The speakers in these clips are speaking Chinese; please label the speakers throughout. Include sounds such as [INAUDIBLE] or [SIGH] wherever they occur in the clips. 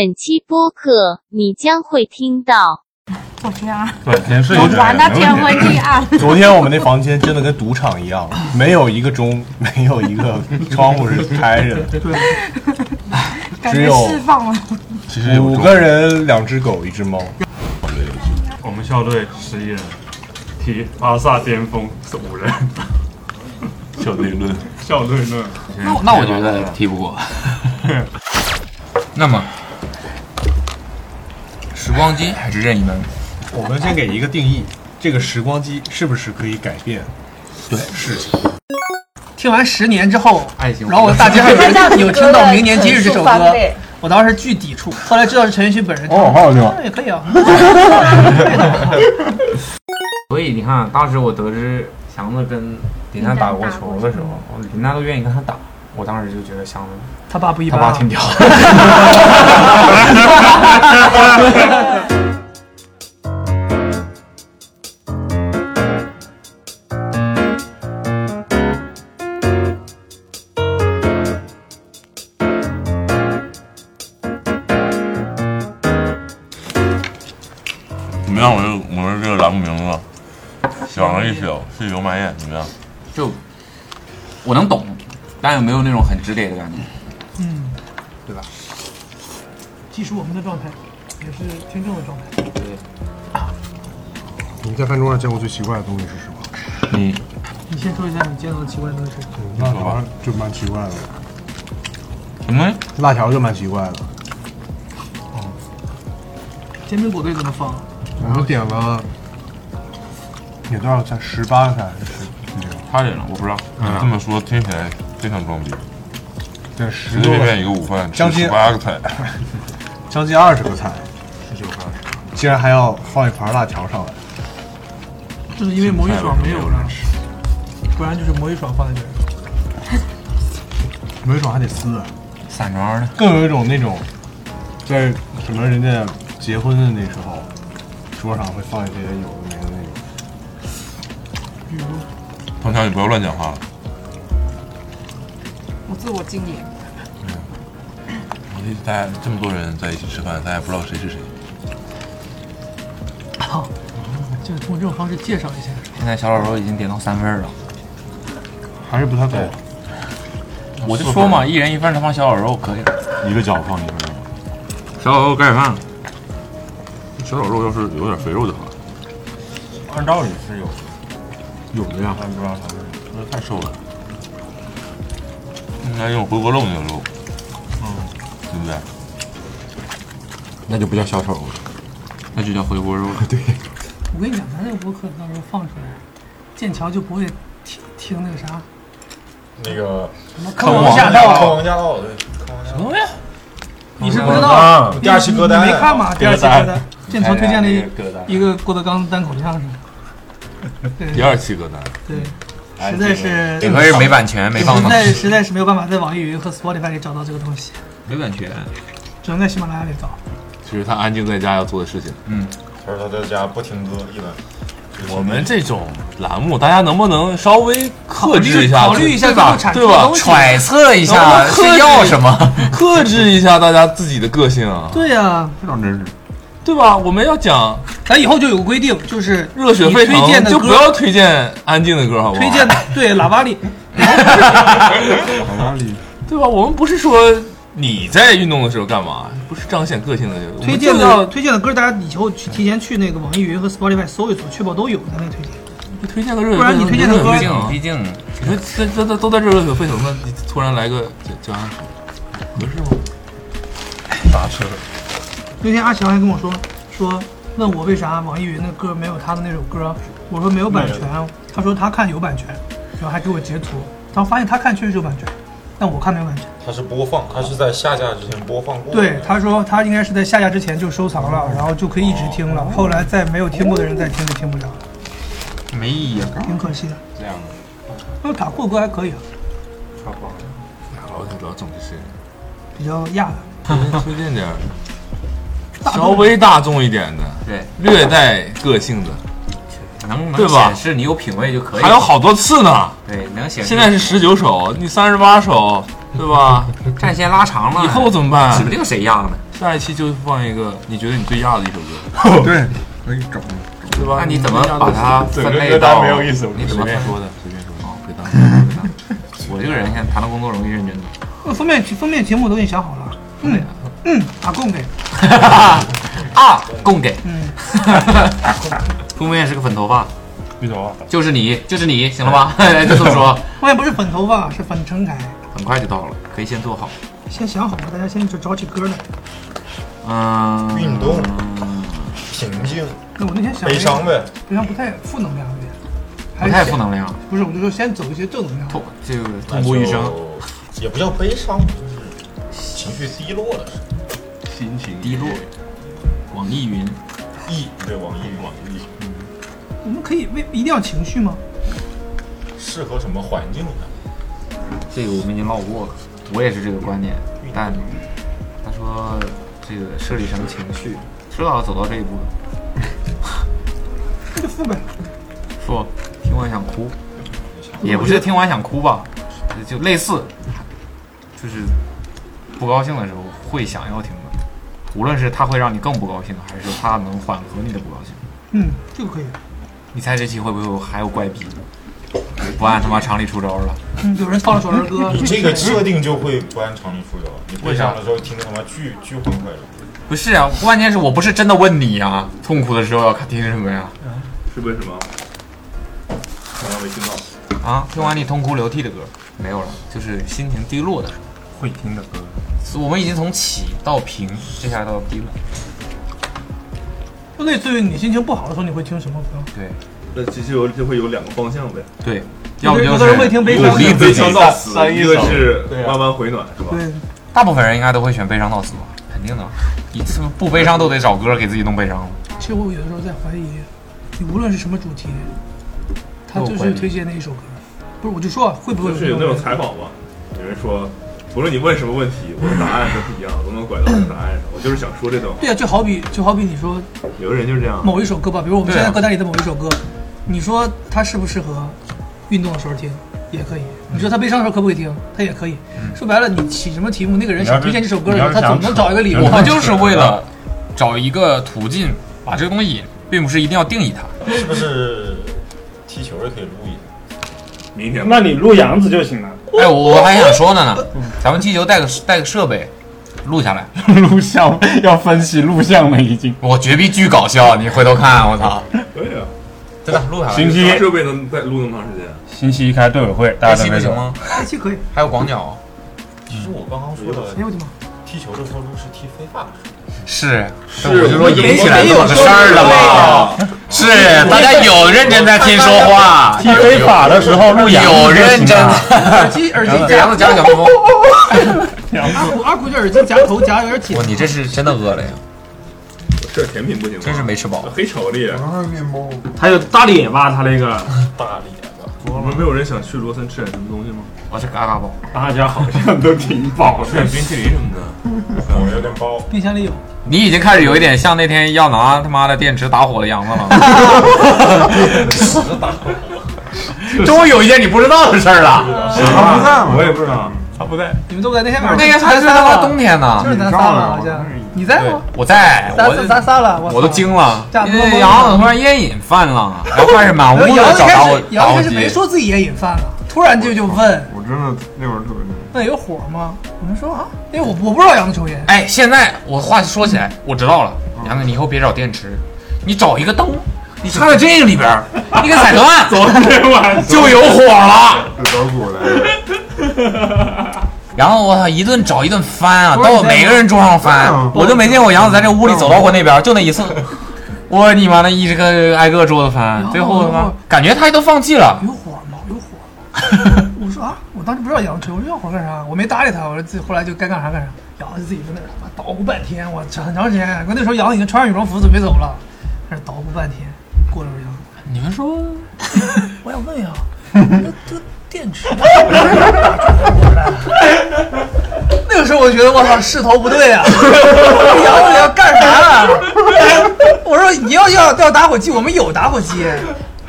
Speaker 1: 本期播客你将会听到
Speaker 2: 我天啊！
Speaker 3: [LAUGHS]
Speaker 4: 对，也是有
Speaker 2: 我
Speaker 4: 点
Speaker 2: 玩到
Speaker 4: 没
Speaker 2: 天
Speaker 4: 问
Speaker 2: 昏
Speaker 4: 题
Speaker 2: 地
Speaker 5: [LAUGHS]
Speaker 2: 暗。
Speaker 4: 昨天我们那房间真的跟赌场一样，没有一个钟，没有一个窗户是开着 [LAUGHS] 的，
Speaker 2: 感
Speaker 4: 只
Speaker 2: 觉
Speaker 4: 有
Speaker 2: 释放了。
Speaker 3: 其实有
Speaker 4: 五
Speaker 3: 种
Speaker 4: 个人，两只狗，一只猫。
Speaker 3: 我们校队十一人，踢巴萨巅峰是五人，
Speaker 6: [LAUGHS] 校队论。
Speaker 3: 校队论。
Speaker 7: 那我那我觉得踢不过。 [LAUGHS] 那么，时光机还是任意门？
Speaker 4: 我们先给一个定义，这个时光机是不是可以改变？对，事情？
Speaker 5: 听完十年之后，
Speaker 7: 爱情
Speaker 5: 然后我大街上有
Speaker 7: [LAUGHS]
Speaker 2: 他这样
Speaker 5: 人有听到
Speaker 2: 的
Speaker 5: 《明年今日》这首
Speaker 2: 陈述方
Speaker 5: 歌
Speaker 2: 位，
Speaker 5: 我当时巨抵触，后来知道是陈奕迅本人唱
Speaker 4: 哦，好好听啊。
Speaker 5: 的，也可以啊。
Speaker 7: [LAUGHS] 所以你看，当时我得知祥子跟林丹打过球的时候，我林丹都愿意跟他打，我当时就觉得祥子
Speaker 5: 他爸不一
Speaker 7: 他
Speaker 5: 般
Speaker 7: 爸
Speaker 5: 啊，
Speaker 7: 挺屌。
Speaker 6: 怎么样？我这我们这个栏目名字，想了一宿，哦是油麦宴，怎么样？
Speaker 7: 就我能懂，但又没有那种很直给的感觉。
Speaker 5: 既是我们的状态，也是听众的状态。
Speaker 4: 你在饭桌上见过最奇怪的东西是什么？
Speaker 6: 嗯，
Speaker 5: 你先说一下你见到的奇怪的东西是什么？
Speaker 4: 辣条就蛮奇怪的，
Speaker 6: 什么？
Speaker 4: 辣条就蛮奇怪的。
Speaker 5: 煎饼果队怎么放？
Speaker 4: 我们点了，点多少菜？十八个菜还是十？
Speaker 6: 他点了，我不知道。你这么说听起来非常装逼。
Speaker 4: 对，十
Speaker 6: 随
Speaker 4: 多
Speaker 6: 随
Speaker 4: 个菜
Speaker 6: 便便一个午饭吃
Speaker 4: 将近
Speaker 6: 十八个 [LAUGHS] 菜，
Speaker 4: 将近二十个菜，十九个二十，竟然还要放一盘辣条上来。
Speaker 5: 就是因为魔芋爽没有
Speaker 6: 没有人
Speaker 5: 了，果然就是魔芋爽放在这儿。
Speaker 4: 有一种还得撕，啊
Speaker 7: 散装的，
Speaker 4: 更有一种那种在什么人家结婚的那时候，桌上会放一些有的没的那种。
Speaker 5: 比如
Speaker 6: 胖强，你不要乱讲话了。
Speaker 2: 我自我经营，
Speaker 6: 我这大家这么多人在一起吃饭，大家不知道谁是谁。
Speaker 5: 就通过这种方式介绍一下，
Speaker 7: 现在小老头已经点到三份了。
Speaker 4: 还是不太够，
Speaker 7: 我就说嘛，一人一份他妈小老肉可以了。
Speaker 6: 一个脚放一份。
Speaker 7: 小老肉盖饭，
Speaker 6: 小炒肉要是有点肥肉就好了。按道理是有，有的
Speaker 8: 啊
Speaker 6: 呀，但不知道啥味那太瘦了。应该用回锅肉那个肉，嗯，对不对？那就不叫小炒肉了。
Speaker 7: 那就叫回锅肉了。
Speaker 3: [LAUGHS]
Speaker 5: 我跟你讲，咱这个博客到时候放出来，剑桥就不会听听那个啥
Speaker 8: 那个
Speaker 5: 什么
Speaker 7: 坑王
Speaker 5: 下道。
Speaker 8: 王驾到，对，
Speaker 5: 什么呀？你是不知道？
Speaker 8: 啊，第二期歌单
Speaker 5: 你没看吗？第二期歌单，剑桥推荐了一
Speaker 7: 疙瘩。
Speaker 5: 一个郭德纲单口相声。对
Speaker 6: 第二期歌单，
Speaker 5: 对，实在
Speaker 7: 也
Speaker 5: 是
Speaker 7: 可以没版权，没放
Speaker 5: 实
Speaker 7: 呢。
Speaker 5: 在实在是没有办法在网易云和 Spotify 里找到这个东西，
Speaker 7: 没版权，
Speaker 5: 只能在喜马拉雅里找。
Speaker 6: 这是他安静在家要做的事情。
Speaker 8: 他说他在家不听歌，一晚。
Speaker 6: 我们这种栏目，大家能不能稍微克制一下，
Speaker 5: 考虑一下
Speaker 6: 对
Speaker 5: 最
Speaker 6: 吧
Speaker 5: 后？产出
Speaker 6: 对
Speaker 5: 的
Speaker 6: 吧
Speaker 5: 东？西
Speaker 7: 啊揣测一下
Speaker 6: 能不
Speaker 7: 是
Speaker 6: 能克制
Speaker 7: 要什么？
Speaker 6: 克制一下大家自己的个性啊，
Speaker 5: 对呀，
Speaker 7: 非常真实。
Speaker 6: 对吧？我们要讲
Speaker 5: 咱以后就有个规定，就是
Speaker 6: 热血沸
Speaker 5: 你推荐的
Speaker 6: 腾，就
Speaker 5: 歌
Speaker 6: 不要推荐安静的歌，好不好？
Speaker 5: 推荐对喇叭里，
Speaker 8: [LAUGHS]
Speaker 6: 对吧？我们不是说你在运动的时候干嘛，不是彰显个性的，我
Speaker 5: 推
Speaker 6: 们
Speaker 5: 荐
Speaker 6: 就
Speaker 5: 的
Speaker 6: 要
Speaker 5: 推荐的歌，大家以后去提前去那个网易云和 Spotify 搜一搜，确保都有，咱再推荐。
Speaker 6: 推荐个热血
Speaker 5: 不
Speaker 6: 沸腾，
Speaker 5: 然你推荐的歌
Speaker 6: 没
Speaker 7: 毕
Speaker 6: 有人
Speaker 7: 竟毕
Speaker 6: 听
Speaker 7: 竟
Speaker 6: 你说这这这都在这热血沸腾的，你突然来个这这样合适吗？
Speaker 5: 那天阿强还跟我说说问我为啥网易云的歌没有他的那首歌，我说没有版权，他说他看有版权，然后还给我截图，然后发现他看确实有版权，但我看没有版权。
Speaker 8: 他是播放，他是在下架之前播放过。
Speaker 5: 对，他说他应该是在下架之前就收藏了，然后就可以一直听
Speaker 8: 哦
Speaker 5: 了，后来再没有听过的人再听就听不了，
Speaker 7: 没意义。啊
Speaker 5: 挺可惜的。
Speaker 7: 这样
Speaker 5: 那塔库歌还可以啊，
Speaker 6: 老老整这些，
Speaker 5: 比较亚的。 [LAUGHS]
Speaker 6: 推荐点儿稍微大众一点的，
Speaker 7: 对，
Speaker 6: 略带个性的，
Speaker 7: 能
Speaker 6: 对
Speaker 7: 能
Speaker 6: 吧
Speaker 7: 显示你有品味就可以。
Speaker 6: 还有，好多次呢。
Speaker 7: 对，能显示。
Speaker 6: 现在是十九首，你三十八首，
Speaker 7: 对吧？ [LAUGHS] 战线拉长了，
Speaker 6: 以后怎么办？
Speaker 7: 指不定谁压呢，
Speaker 6: 下一期就放一个你觉得你最压的一首歌，
Speaker 4: 对，可以整。
Speaker 6: 对吧？
Speaker 7: 那你怎么把它
Speaker 3: 整
Speaker 7: 分
Speaker 3: 个
Speaker 7: 类
Speaker 3: 歌单
Speaker 7: 到？
Speaker 3: 没有意思我
Speaker 7: 你怎么
Speaker 3: 随便
Speaker 7: 分
Speaker 6: 说的？随便说啊
Speaker 7: 哦，别当，别当。我这个人现在谈到工作容易认真点。
Speaker 5: 呃封面封面题目我都已经想好了，嗯嗯，阿贡给，
Speaker 7: [LAUGHS] 啊，供给。 [LAUGHS]
Speaker 5: 嗯，
Speaker 7: 封面是个粉头发，
Speaker 3: 你走啊，
Speaker 7: 就是你，就是你，行了吧？哎就这么说，
Speaker 5: 封面不是粉头发，是粉尘埃。
Speaker 7: 很快就到了，可以先做好。
Speaker 5: 先想好了，大家先就找起歌来。
Speaker 7: 嗯，
Speaker 8: 运动平静、
Speaker 5: 那我那天想
Speaker 8: 悲伤呗。
Speaker 5: 悲伤不太负能量一点，
Speaker 7: 不
Speaker 5: 还是
Speaker 7: 太
Speaker 5: 先
Speaker 7: 负能量，
Speaker 5: 不是，我就说先走一些正能量。
Speaker 7: 痛，这个
Speaker 8: 那
Speaker 7: 痛不欲生，
Speaker 8: 就也不叫悲伤，就是情绪低落了。
Speaker 6: 心情
Speaker 7: 低落。网易云，
Speaker 8: 抑对网易网易
Speaker 5: 我们可以为一定要情绪吗？
Speaker 8: 适合什么环境呢？
Speaker 7: 这个我们已经唠过了，我也是这个观点。但他说这个设计什么情绪，知道走到这一步了，
Speaker 5: 那就负呗。
Speaker 7: 说听完想哭，也不是听完想哭吧，就类似，就是不高兴的时候会想要听的，无论是它会让你更不高兴，还是说它能缓和你的不高兴。
Speaker 5: 嗯，这个可以。
Speaker 7: 你猜这期会不会有还有怪逼？不按他妈常理出招了，
Speaker 5: 嗯，有人放了首儿
Speaker 7: [LAUGHS]
Speaker 5: 歌，
Speaker 8: 你这个设定就会不按常理出招。你悲伤的时候听他妈巨巨欢快的，
Speaker 7: 不是啊，关键是我不是真的问你呀、
Speaker 6: 啊
Speaker 7: 痛苦的时候要看听什么呀？
Speaker 6: 是为什么？刚刚没听到。
Speaker 7: 啊，听完你痛哭流涕的歌没有了，就是心情低落的时候。
Speaker 3: 会听的歌。
Speaker 7: 我们已经从起到平，接下来到低了。
Speaker 5: 就类似于你心情不好的时候，你会听什么歌？
Speaker 7: 对
Speaker 6: 那这就有就会有两个方向呗，
Speaker 7: 对，要不
Speaker 5: 有
Speaker 7: 就
Speaker 5: 的
Speaker 7: 是
Speaker 5: 人会听悲伤的
Speaker 7: 鼓励自
Speaker 6: 悲
Speaker 7: 己
Speaker 6: 伤，到死，
Speaker 3: 三
Speaker 6: 一
Speaker 3: 一
Speaker 6: 个
Speaker 3: 首
Speaker 6: 是
Speaker 3: 对啊
Speaker 6: 慢慢回暖，是吧？
Speaker 5: 对，
Speaker 7: 大部分人应该都会选悲伤到死吧？肯定的，你这么不悲伤都得找歌给自己弄悲伤了。
Speaker 5: 其实我有的时候在怀疑，你无论是什么主题，他就
Speaker 7: 我怀疑
Speaker 5: 是推荐的一首歌。不是，我就说啊会不会
Speaker 6: 就
Speaker 5: 有
Speaker 6: 是有那
Speaker 5: 人
Speaker 6: 种采访嘛，有人说，不论你问什么问题，我的答案都是一样，都能拐到我的答案上。我就是想说这段话。
Speaker 5: 对啊，就好比就好比你说
Speaker 6: 有的人就是这样，
Speaker 5: 某一首歌吧，比如我们现
Speaker 7: 对
Speaker 5: 在
Speaker 7: 啊
Speaker 5: 歌单里的某一首歌，你说它适不适合运动的时候听，也可以；你说它悲伤的时候可不可以听，它也可以。
Speaker 7: 嗯
Speaker 5: 说白了，你起什么题目，那个人想推荐这首歌的时候，
Speaker 3: 你要是
Speaker 5: 他总能找一个理由。
Speaker 7: 我们就是为了找一个途径把这个东西引，并不是一定要定义它。
Speaker 8: 是不是？踢球的可以录一下，
Speaker 6: 明天吧
Speaker 9: 那你录杨子就行了。
Speaker 7: 哎，我我还想说呢呢，咱们踢球带个带个设备，录下来，
Speaker 9: 录像要分析录像了，已经。
Speaker 7: 我绝逼巨搞笑，你回头看，我操，
Speaker 6: 可以啊。
Speaker 7: 真的
Speaker 8: 啊
Speaker 7: 录下来。
Speaker 9: 星期
Speaker 6: 这设备能再录那么长时间？啊
Speaker 9: 星期一开队委会，大
Speaker 7: 爱
Speaker 9: 家
Speaker 7: 奇
Speaker 9: 都没
Speaker 7: 艺不行
Speaker 9: 走。
Speaker 7: 吗？
Speaker 5: 这期哎可以，
Speaker 7: 还有广角，
Speaker 8: 其实我刚刚说的
Speaker 5: 哎呦我的妈！
Speaker 8: 踢球的时候录是踢非法的时候，
Speaker 7: 是，
Speaker 6: 是
Speaker 7: 我就说引起来
Speaker 5: 没
Speaker 7: 这
Speaker 5: 有
Speaker 7: 么个事儿了吧？是，大家有认真在听说 [LAUGHS] 话，
Speaker 9: 踢非法的时候录杨
Speaker 7: 有
Speaker 9: 子就
Speaker 7: 认
Speaker 9: 行
Speaker 7: 真
Speaker 9: 了。
Speaker 7: 的。
Speaker 5: 耳机耳机
Speaker 7: 夹
Speaker 5: 夹
Speaker 7: 子夹小蜜蜂，
Speaker 5: 阿古阿古这耳机夹头夹有点紧
Speaker 7: 哇，。哦你这是真的饿了呀，
Speaker 6: 我吃点甜品不行吗？啊
Speaker 7: 真是没吃饱。
Speaker 6: 黑巧克力。
Speaker 9: 还有大脸吧，他那个
Speaker 8: 大理的。
Speaker 6: 你们没有人想去罗森吃点什么东西吗？
Speaker 7: 我是嘎嘎宝，
Speaker 9: 大家好像 [LAUGHS] 都挺饱
Speaker 6: 吃
Speaker 9: 的
Speaker 6: 点。冰淇淋什么的。 [LAUGHS]
Speaker 8: 我有点
Speaker 6: 啊
Speaker 8: 包，
Speaker 5: 冰箱里有，
Speaker 7: 你已经开始有一点像那天要拿他妈的电池打火的样子了。 [LAUGHS] 终于有一件你不知道的事儿了，
Speaker 6: 他不在吗？啊我也不知道。他不在。
Speaker 5: 你们都在那天晚上。
Speaker 7: 那个还是他妈冬天呢
Speaker 5: 就。是咱仨了，好像你在
Speaker 7: 对
Speaker 5: 吗？，
Speaker 7: 我在，
Speaker 5: 咱仨咱
Speaker 7: 我
Speaker 5: 仨了，
Speaker 7: 我都惊了，
Speaker 5: 这样
Speaker 7: 因
Speaker 5: 多
Speaker 7: 为
Speaker 5: 么
Speaker 7: 杨子突然烟瘾犯了，然后开始满屋
Speaker 5: 然后
Speaker 7: 子找
Speaker 5: 姚一
Speaker 7: 打
Speaker 5: 开
Speaker 7: 火
Speaker 5: 始
Speaker 7: 打
Speaker 5: 姚一
Speaker 7: 火
Speaker 5: 开始没
Speaker 7: 机。
Speaker 5: 说自己也瘾犯了，突然就就问
Speaker 6: 我真的那会儿特 [LAUGHS] 别。
Speaker 5: 问有火吗？我们说啊，因为我我不知道杨子抽烟，
Speaker 7: 哎，现在我话说起来，我知道了，杨子，你以后别找电池，你找一个灯，你插在这个里边儿，你给踩 [LAUGHS] 断，
Speaker 9: 昨天晚上，
Speaker 7: 就有火了。
Speaker 6: 这都是我的。
Speaker 7: 然后我操，一顿找一顿翻啊，到我每个人桌上翻，我就没见过杨子在这屋里走到过那边，就那 [LAUGHS] 一次。我你妈的，一直跟挨个桌子翻，最后他妈感觉他都放弃了。
Speaker 5: 有火吗？有火吗？ [LAUGHS] 我说啊，我当时不知道杨子抽，我说要火干啥？我没搭理他，我说自己后来就该干啥干啥。杨子自己在那儿他妈捣鼓半天，我操，很长时间。我那时候杨子已经穿上羽绒服准备走了，在那儿捣鼓半天。过了一会儿杨子，
Speaker 7: 你们说
Speaker 5: 我想问一下，啊那这电池哪出火来了 [LAUGHS] 那个时候我觉得我操势头不对啊，杨子要干啥啊？
Speaker 7: [LAUGHS]
Speaker 5: 我说你要要要打火机，我们有打火机。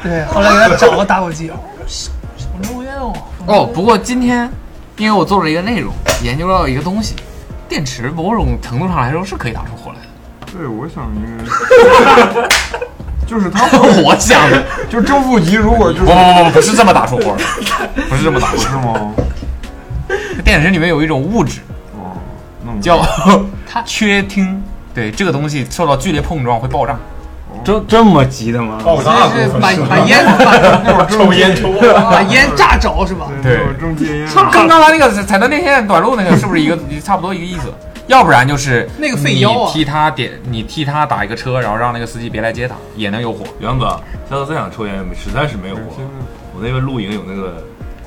Speaker 5: 对，后来给他找个打火机。我抽烟哦，
Speaker 7: 哦，不过今天因为我做了一个内容，研究到一个东西，电池某种程度上来说是可以打出火来的。
Speaker 6: 对，我想应该，就是他，
Speaker 7: [LAUGHS] 我想的，
Speaker 6: 就是正负极如果就是
Speaker 7: 不不不，不是这么打出火来，不是这么打出
Speaker 6: 是吗？
Speaker 7: 来。电池里面有一种物质
Speaker 6: 哦，那么
Speaker 7: 叫缺听，对这个东西受到剧烈碰撞会爆炸。
Speaker 9: 这这么急的吗？
Speaker 8: 爆炸
Speaker 5: 是
Speaker 8: 部分
Speaker 5: 把
Speaker 8: 啊是吧
Speaker 5: 把烟
Speaker 8: [LAUGHS]
Speaker 5: 把
Speaker 8: 抽烟抽啊
Speaker 5: 把烟炸着是吧？
Speaker 7: 对
Speaker 6: 有中间烟，
Speaker 7: 跟刚才那个踩断电线短路那个是不是一个 [LAUGHS] 差不多一个意思？要不然就是
Speaker 5: 那个费腰啊
Speaker 7: 你替他点，你替他打一个车，然后让那个司机别来接他，也能有火。
Speaker 10: 杨哥，下次再想抽烟，实在是没有火。我那边露营有那个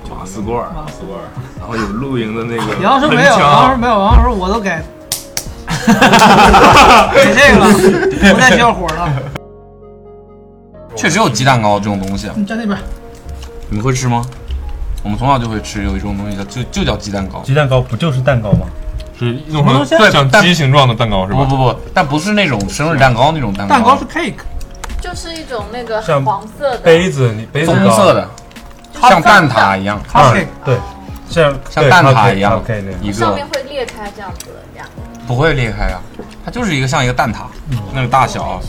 Speaker 10: 瓦斯罐儿，
Speaker 8: 死味儿。
Speaker 10: 然后有露营的那
Speaker 5: [LAUGHS]
Speaker 10: 个
Speaker 5: 杨老师没
Speaker 10: 喷
Speaker 5: 有，
Speaker 8: 啊
Speaker 5: 杨老师
Speaker 10: 枪，
Speaker 5: 没有，杨老师我都给， [LAUGHS] 给这个了，不再需要火了。
Speaker 7: 确实有鸡蛋糕这种东西，
Speaker 5: 你站那边，
Speaker 7: 你会吃吗？我们从小就会吃，有一种东西叫就就叫鸡蛋糕。
Speaker 9: 鸡蛋糕不就是蛋糕吗？
Speaker 6: 是弄成像鸡形状的蛋糕是
Speaker 7: 不
Speaker 6: 吧？
Speaker 7: 不不，但不是那种生日蛋糕那种蛋糕，
Speaker 5: 蛋糕是 cake，
Speaker 11: 就是一种那个
Speaker 3: 像
Speaker 11: 黄色的，
Speaker 3: 杯子，你杯子
Speaker 7: 棕
Speaker 3: 高
Speaker 7: 色，的，像蛋挞一样，
Speaker 8: 啊
Speaker 5: 它是
Speaker 3: 对，像
Speaker 7: 像蛋挞一样
Speaker 3: OK 那，个。
Speaker 7: 一
Speaker 11: 上
Speaker 7: 个
Speaker 11: 面会裂开这样子的样子。
Speaker 7: 不会裂开啊，它就是一个像一个蛋挞那个大小，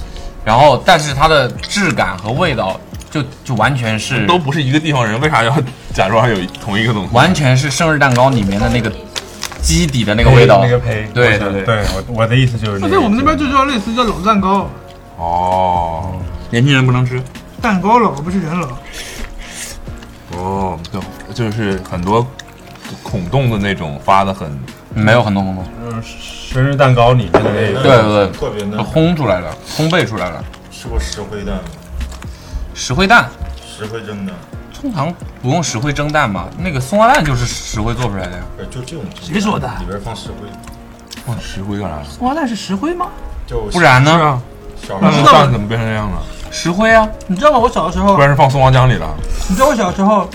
Speaker 7: 然后但是它的质感和味道就就完全是
Speaker 6: 都不是一个地方人，为啥要假装还有同一个东西？
Speaker 7: 完全是生日蛋糕里面的那个基底的那个味道
Speaker 3: 哎那，个胚，
Speaker 7: 对对对，
Speaker 3: 对我我的意思就是
Speaker 5: 那
Speaker 3: 那个，
Speaker 5: 在我们那边就叫类似叫老蛋糕，
Speaker 6: 哦
Speaker 10: 年轻人不能吃。
Speaker 5: 蛋糕篓不是人篓。
Speaker 6: 哦，对，就是很多孔洞的那种发的很
Speaker 7: 没有很多很多，
Speaker 3: 嗯生日蛋糕里面的那
Speaker 7: 对
Speaker 3: 个，
Speaker 7: 对对
Speaker 8: 特别嫩，
Speaker 7: 烘出来了，烘焙出来了，
Speaker 8: 吃过石灰蛋吗？
Speaker 7: 石灰蛋。
Speaker 8: 石灰蒸的，
Speaker 7: 通常不用石灰蒸蛋嘛，那个松花蛋就是石灰做出来的呀。
Speaker 8: 呃，就这种
Speaker 5: 谁说的
Speaker 8: 里边放石灰，
Speaker 6: 哇哦石灰干啥？
Speaker 5: 松花蛋是石灰吗？
Speaker 8: 就
Speaker 7: 不然
Speaker 6: 是
Speaker 7: 呢？
Speaker 6: 啊，
Speaker 8: 小时
Speaker 10: 嗯
Speaker 6: 那
Speaker 8: 候
Speaker 6: 那蛋怎么变成这样了？
Speaker 7: 石灰啊，
Speaker 5: 你知道吗？我小的时候
Speaker 6: 不，然是放松花江里了。
Speaker 5: 你知道我小时候，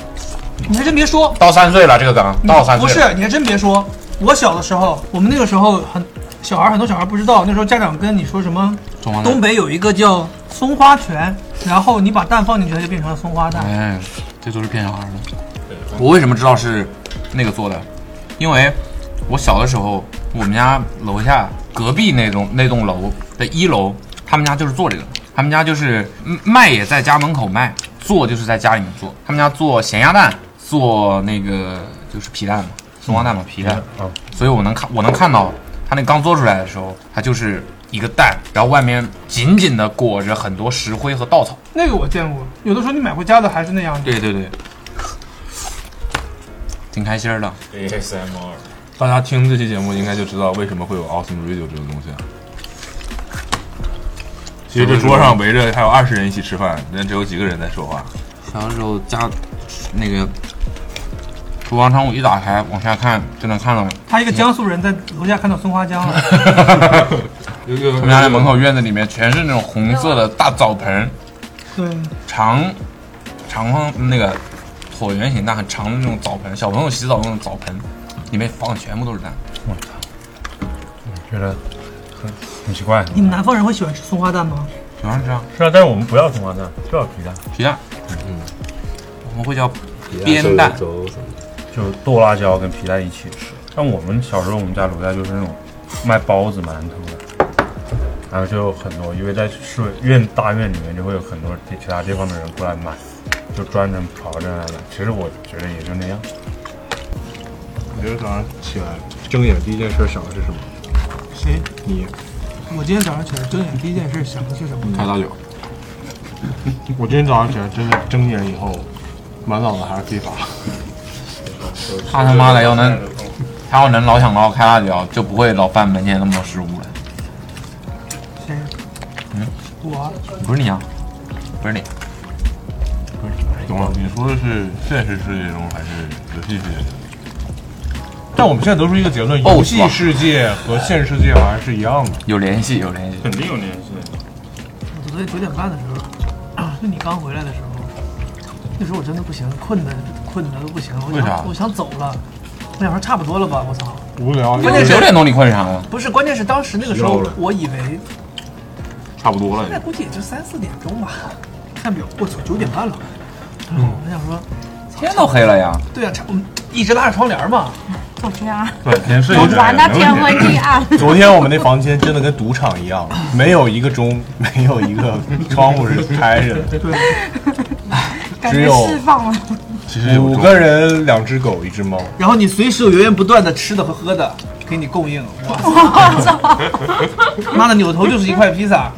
Speaker 5: 你还真别说，
Speaker 7: 到三岁了，这个梗到三岁
Speaker 5: 不
Speaker 7: 了
Speaker 5: 是，你还真别说，我小的时候，我们那个时候很小孩儿，很多小孩儿不知道，那时候家长跟你说什么，
Speaker 7: 中华蛋
Speaker 5: 东北有一个叫松花泉，然后你把蛋放进去，它就变成了松花蛋。
Speaker 7: 哎，这都是骗小孩的。我为什么知道是那个做的？因为我小的时候，我们家楼下隔壁那栋那栋楼的一楼，他们家就是做这个，他们家就是嗯卖也在家门口卖，做就是在家里面做。他们家做咸鸭蛋，做那个就是皮蛋嘛，松花蛋嘛，皮蛋。
Speaker 3: 嗯
Speaker 7: 所以我能看我能看到它那刚做出来的时候，它就是一个蛋，然后外面紧紧的裹着很多石灰和稻草。
Speaker 5: 那个我见过，有的时候你买回家的还是那样的。
Speaker 7: 对对对，挺开心儿的。
Speaker 8: ASMR，
Speaker 6: 大家听这期节目应该就知道为什么会有 Awesome Radio 这种东西了。啊其实这桌上围着还有二十人一起吃饭，但只有几个人在说话。
Speaker 7: 小的时候家那个厨房窗户一打开，往下看就能看到
Speaker 5: 他一个江苏人在楼下看到松花江了，
Speaker 6: 有有
Speaker 7: 他们家那门口院子里面全是那种红色的大澡盆，
Speaker 5: [LAUGHS] 对，
Speaker 7: 长长方那个椭圆形但很长的那种澡盆，小朋友洗澡用的澡盆，里面放的全部都是蛋。
Speaker 3: 觉得很很奇怪。
Speaker 5: 你们南方人会喜欢吃松花蛋吗？
Speaker 7: 喜欢吃啊，
Speaker 3: 是啊，但是我们不要松花蛋，就要皮蛋，
Speaker 7: 皮蛋，我们会叫煸蛋，
Speaker 3: 就剁辣椒跟皮蛋一起吃。像我们小时候，我们家楼下就是那种卖包子、馒头的，然后就有很多，因为在市委院大院里面就会有很多地其他地方的人过来买，就专程跑到这儿来买。其实我觉得也就那样。
Speaker 4: 你今天早上起来睁眼第一件事想的是什么？
Speaker 5: 谁？
Speaker 4: 你
Speaker 5: 我今天早上起来睁眼第一件事想的是什么？
Speaker 6: 开大酒，
Speaker 4: 我今天早上起来真的睁眼以后，满脑子还是非法。
Speaker 7: 他他妈的要能，他要能老想到开辣椒，就不会老犯门前那么多失误了。
Speaker 5: 谁？嗯我
Speaker 7: 不是你啊，不是你，
Speaker 6: 懂了。你说的是现实世界中还是游戏世界中？
Speaker 4: 但我们现在得出一个结论：
Speaker 7: 哦
Speaker 4: 游戏世界和现实世界好像是一样的。
Speaker 7: 有联系，有联系。
Speaker 3: 肯定有联系。
Speaker 5: 我昨天九点半的时候， [COUGHS] 就你刚回来的时候，那时候我真的不行，困的困的都不行，我
Speaker 6: 为啥
Speaker 5: 想我想走了。我想说差不多了吧，我操！
Speaker 4: 无聊，
Speaker 5: 关键是
Speaker 7: 九点啊钟你困啥呀？
Speaker 5: 不是，关键是当时那个时候，我以为
Speaker 6: 差不多
Speaker 5: 那
Speaker 6: 了，
Speaker 5: 嗯估计也就三四点钟吧。看表，我操，九点半了。然后我想说，操，
Speaker 7: 天都黑了呀！
Speaker 5: 对呀、我们一直拉着窗帘嘛。
Speaker 12: 昨天啊，
Speaker 4: 对，天睡一
Speaker 12: 哇，那天昏地暗。
Speaker 4: 昨天我们那房间真的跟赌场一样，没有一个钟，没有一个窗户是开着的。对，
Speaker 12: 感
Speaker 4: 只
Speaker 12: 觉
Speaker 4: 有
Speaker 12: 释放了。
Speaker 4: 其实五个人，两只狗，一只猫。
Speaker 5: 然后你随时有源源不断的吃的和喝的给你供应。
Speaker 12: 我
Speaker 5: [LAUGHS] 操！妈的，扭头就是一块披 [LAUGHS] 萨、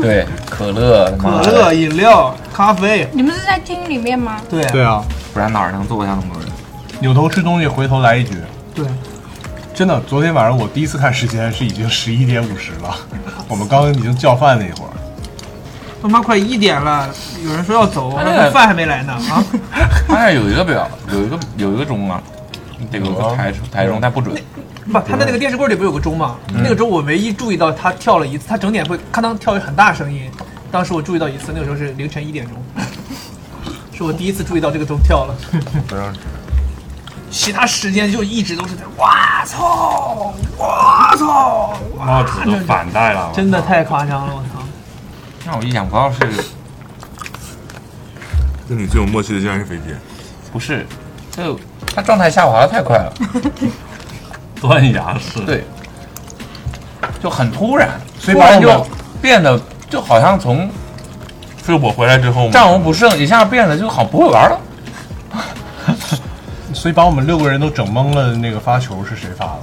Speaker 7: 对，可乐，
Speaker 5: 可乐、饮料、咖啡。
Speaker 13: 你们是在厅里面吗？
Speaker 5: 对
Speaker 4: 对啊，
Speaker 7: 不然哪儿能坐下那么多人？
Speaker 4: 扭头吃东西，回头来一局。
Speaker 5: 对，
Speaker 4: 真的，昨天晚上我第一次看时间是已经十一点五十了，我们刚刚已经叫饭那一会儿。
Speaker 5: 他妈快一点了，有人说要走，
Speaker 7: 哎
Speaker 5: 然后饭还没来呢啊！ [LAUGHS]
Speaker 7: 他那有一个表，有一个有一个钟啊，得有啊个台台钟，但不准。
Speaker 5: 不，他的那个电视柜里不是有个钟吗？
Speaker 7: 嗯
Speaker 5: 那个钟我唯一注意到他跳了一次，他整点会咔当跳很大声音。当时我注意到一次，那个时候是凌晨一点钟， [LAUGHS] 是我第一次注意到这个钟跳了。
Speaker 4: 不让吃。
Speaker 5: 其他时间就一直都是在哇操，哇操，
Speaker 14: 帽
Speaker 7: 哦
Speaker 14: 子都反戴了，
Speaker 5: 真的太夸张了，我操！
Speaker 7: 让我意想不到是，
Speaker 3: 跟你最有默契的竟然是肥姐，
Speaker 7: 不是，就他状态下滑的太快 [LAUGHS] 了，
Speaker 14: 断崖式。
Speaker 7: 对，就很突然，
Speaker 14: 所以
Speaker 7: 突
Speaker 14: 把我
Speaker 7: 然
Speaker 14: 们
Speaker 7: 就变得就好像从
Speaker 3: 是我回来之后吗？
Speaker 7: 战无不胜一下变得就好不会玩了。
Speaker 4: 所以把我们六个人都整懵了。那个发球是谁发的？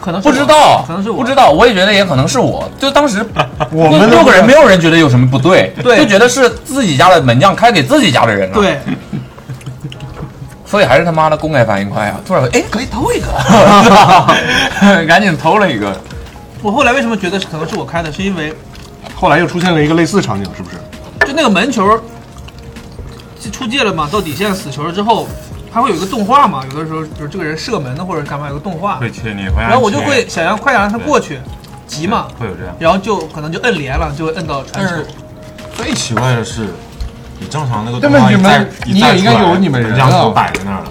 Speaker 5: 可能
Speaker 7: 不知道，
Speaker 4: 可能是我
Speaker 7: 不知道，我也觉得也可能是我。就当时
Speaker 4: [LAUGHS] 我们都
Speaker 7: 六个人，
Speaker 4: 不
Speaker 7: 没
Speaker 4: 知道
Speaker 7: 有人觉得有什么不对，
Speaker 5: 对
Speaker 7: 就觉得是自己家的门将开给自己家的人了。啊
Speaker 5: 对，
Speaker 7: 所以还是他妈的公开反应快啊！突然哎，可以投一
Speaker 4: [LAUGHS]
Speaker 7: 个，赶紧投了一个。
Speaker 5: 我后来为什么觉得是可能是我开的，是因为
Speaker 4: 后来又出现了一个类似场景，是不是？
Speaker 5: 就那个门球，就出界了嘛，到底线死球之后，它会有一个动画嘛，有的时候就是这个人射门的或者干嘛有个动画，
Speaker 14: 会切你，会按
Speaker 5: 然后我就
Speaker 14: 切
Speaker 5: 会想要快点让他过去，急嘛，
Speaker 14: 会有这样。
Speaker 5: 然后就可能就摁连了，就会摁到传球。
Speaker 10: 最奇怪的是，你正常那个
Speaker 5: 对
Speaker 10: 动画
Speaker 5: 吧你
Speaker 10: 一再
Speaker 5: 们
Speaker 10: 一
Speaker 5: 你
Speaker 10: 再
Speaker 5: 也应
Speaker 10: 出来
Speaker 5: 该有你们人
Speaker 10: 门将
Speaker 5: 啊
Speaker 10: 都摆在那儿了。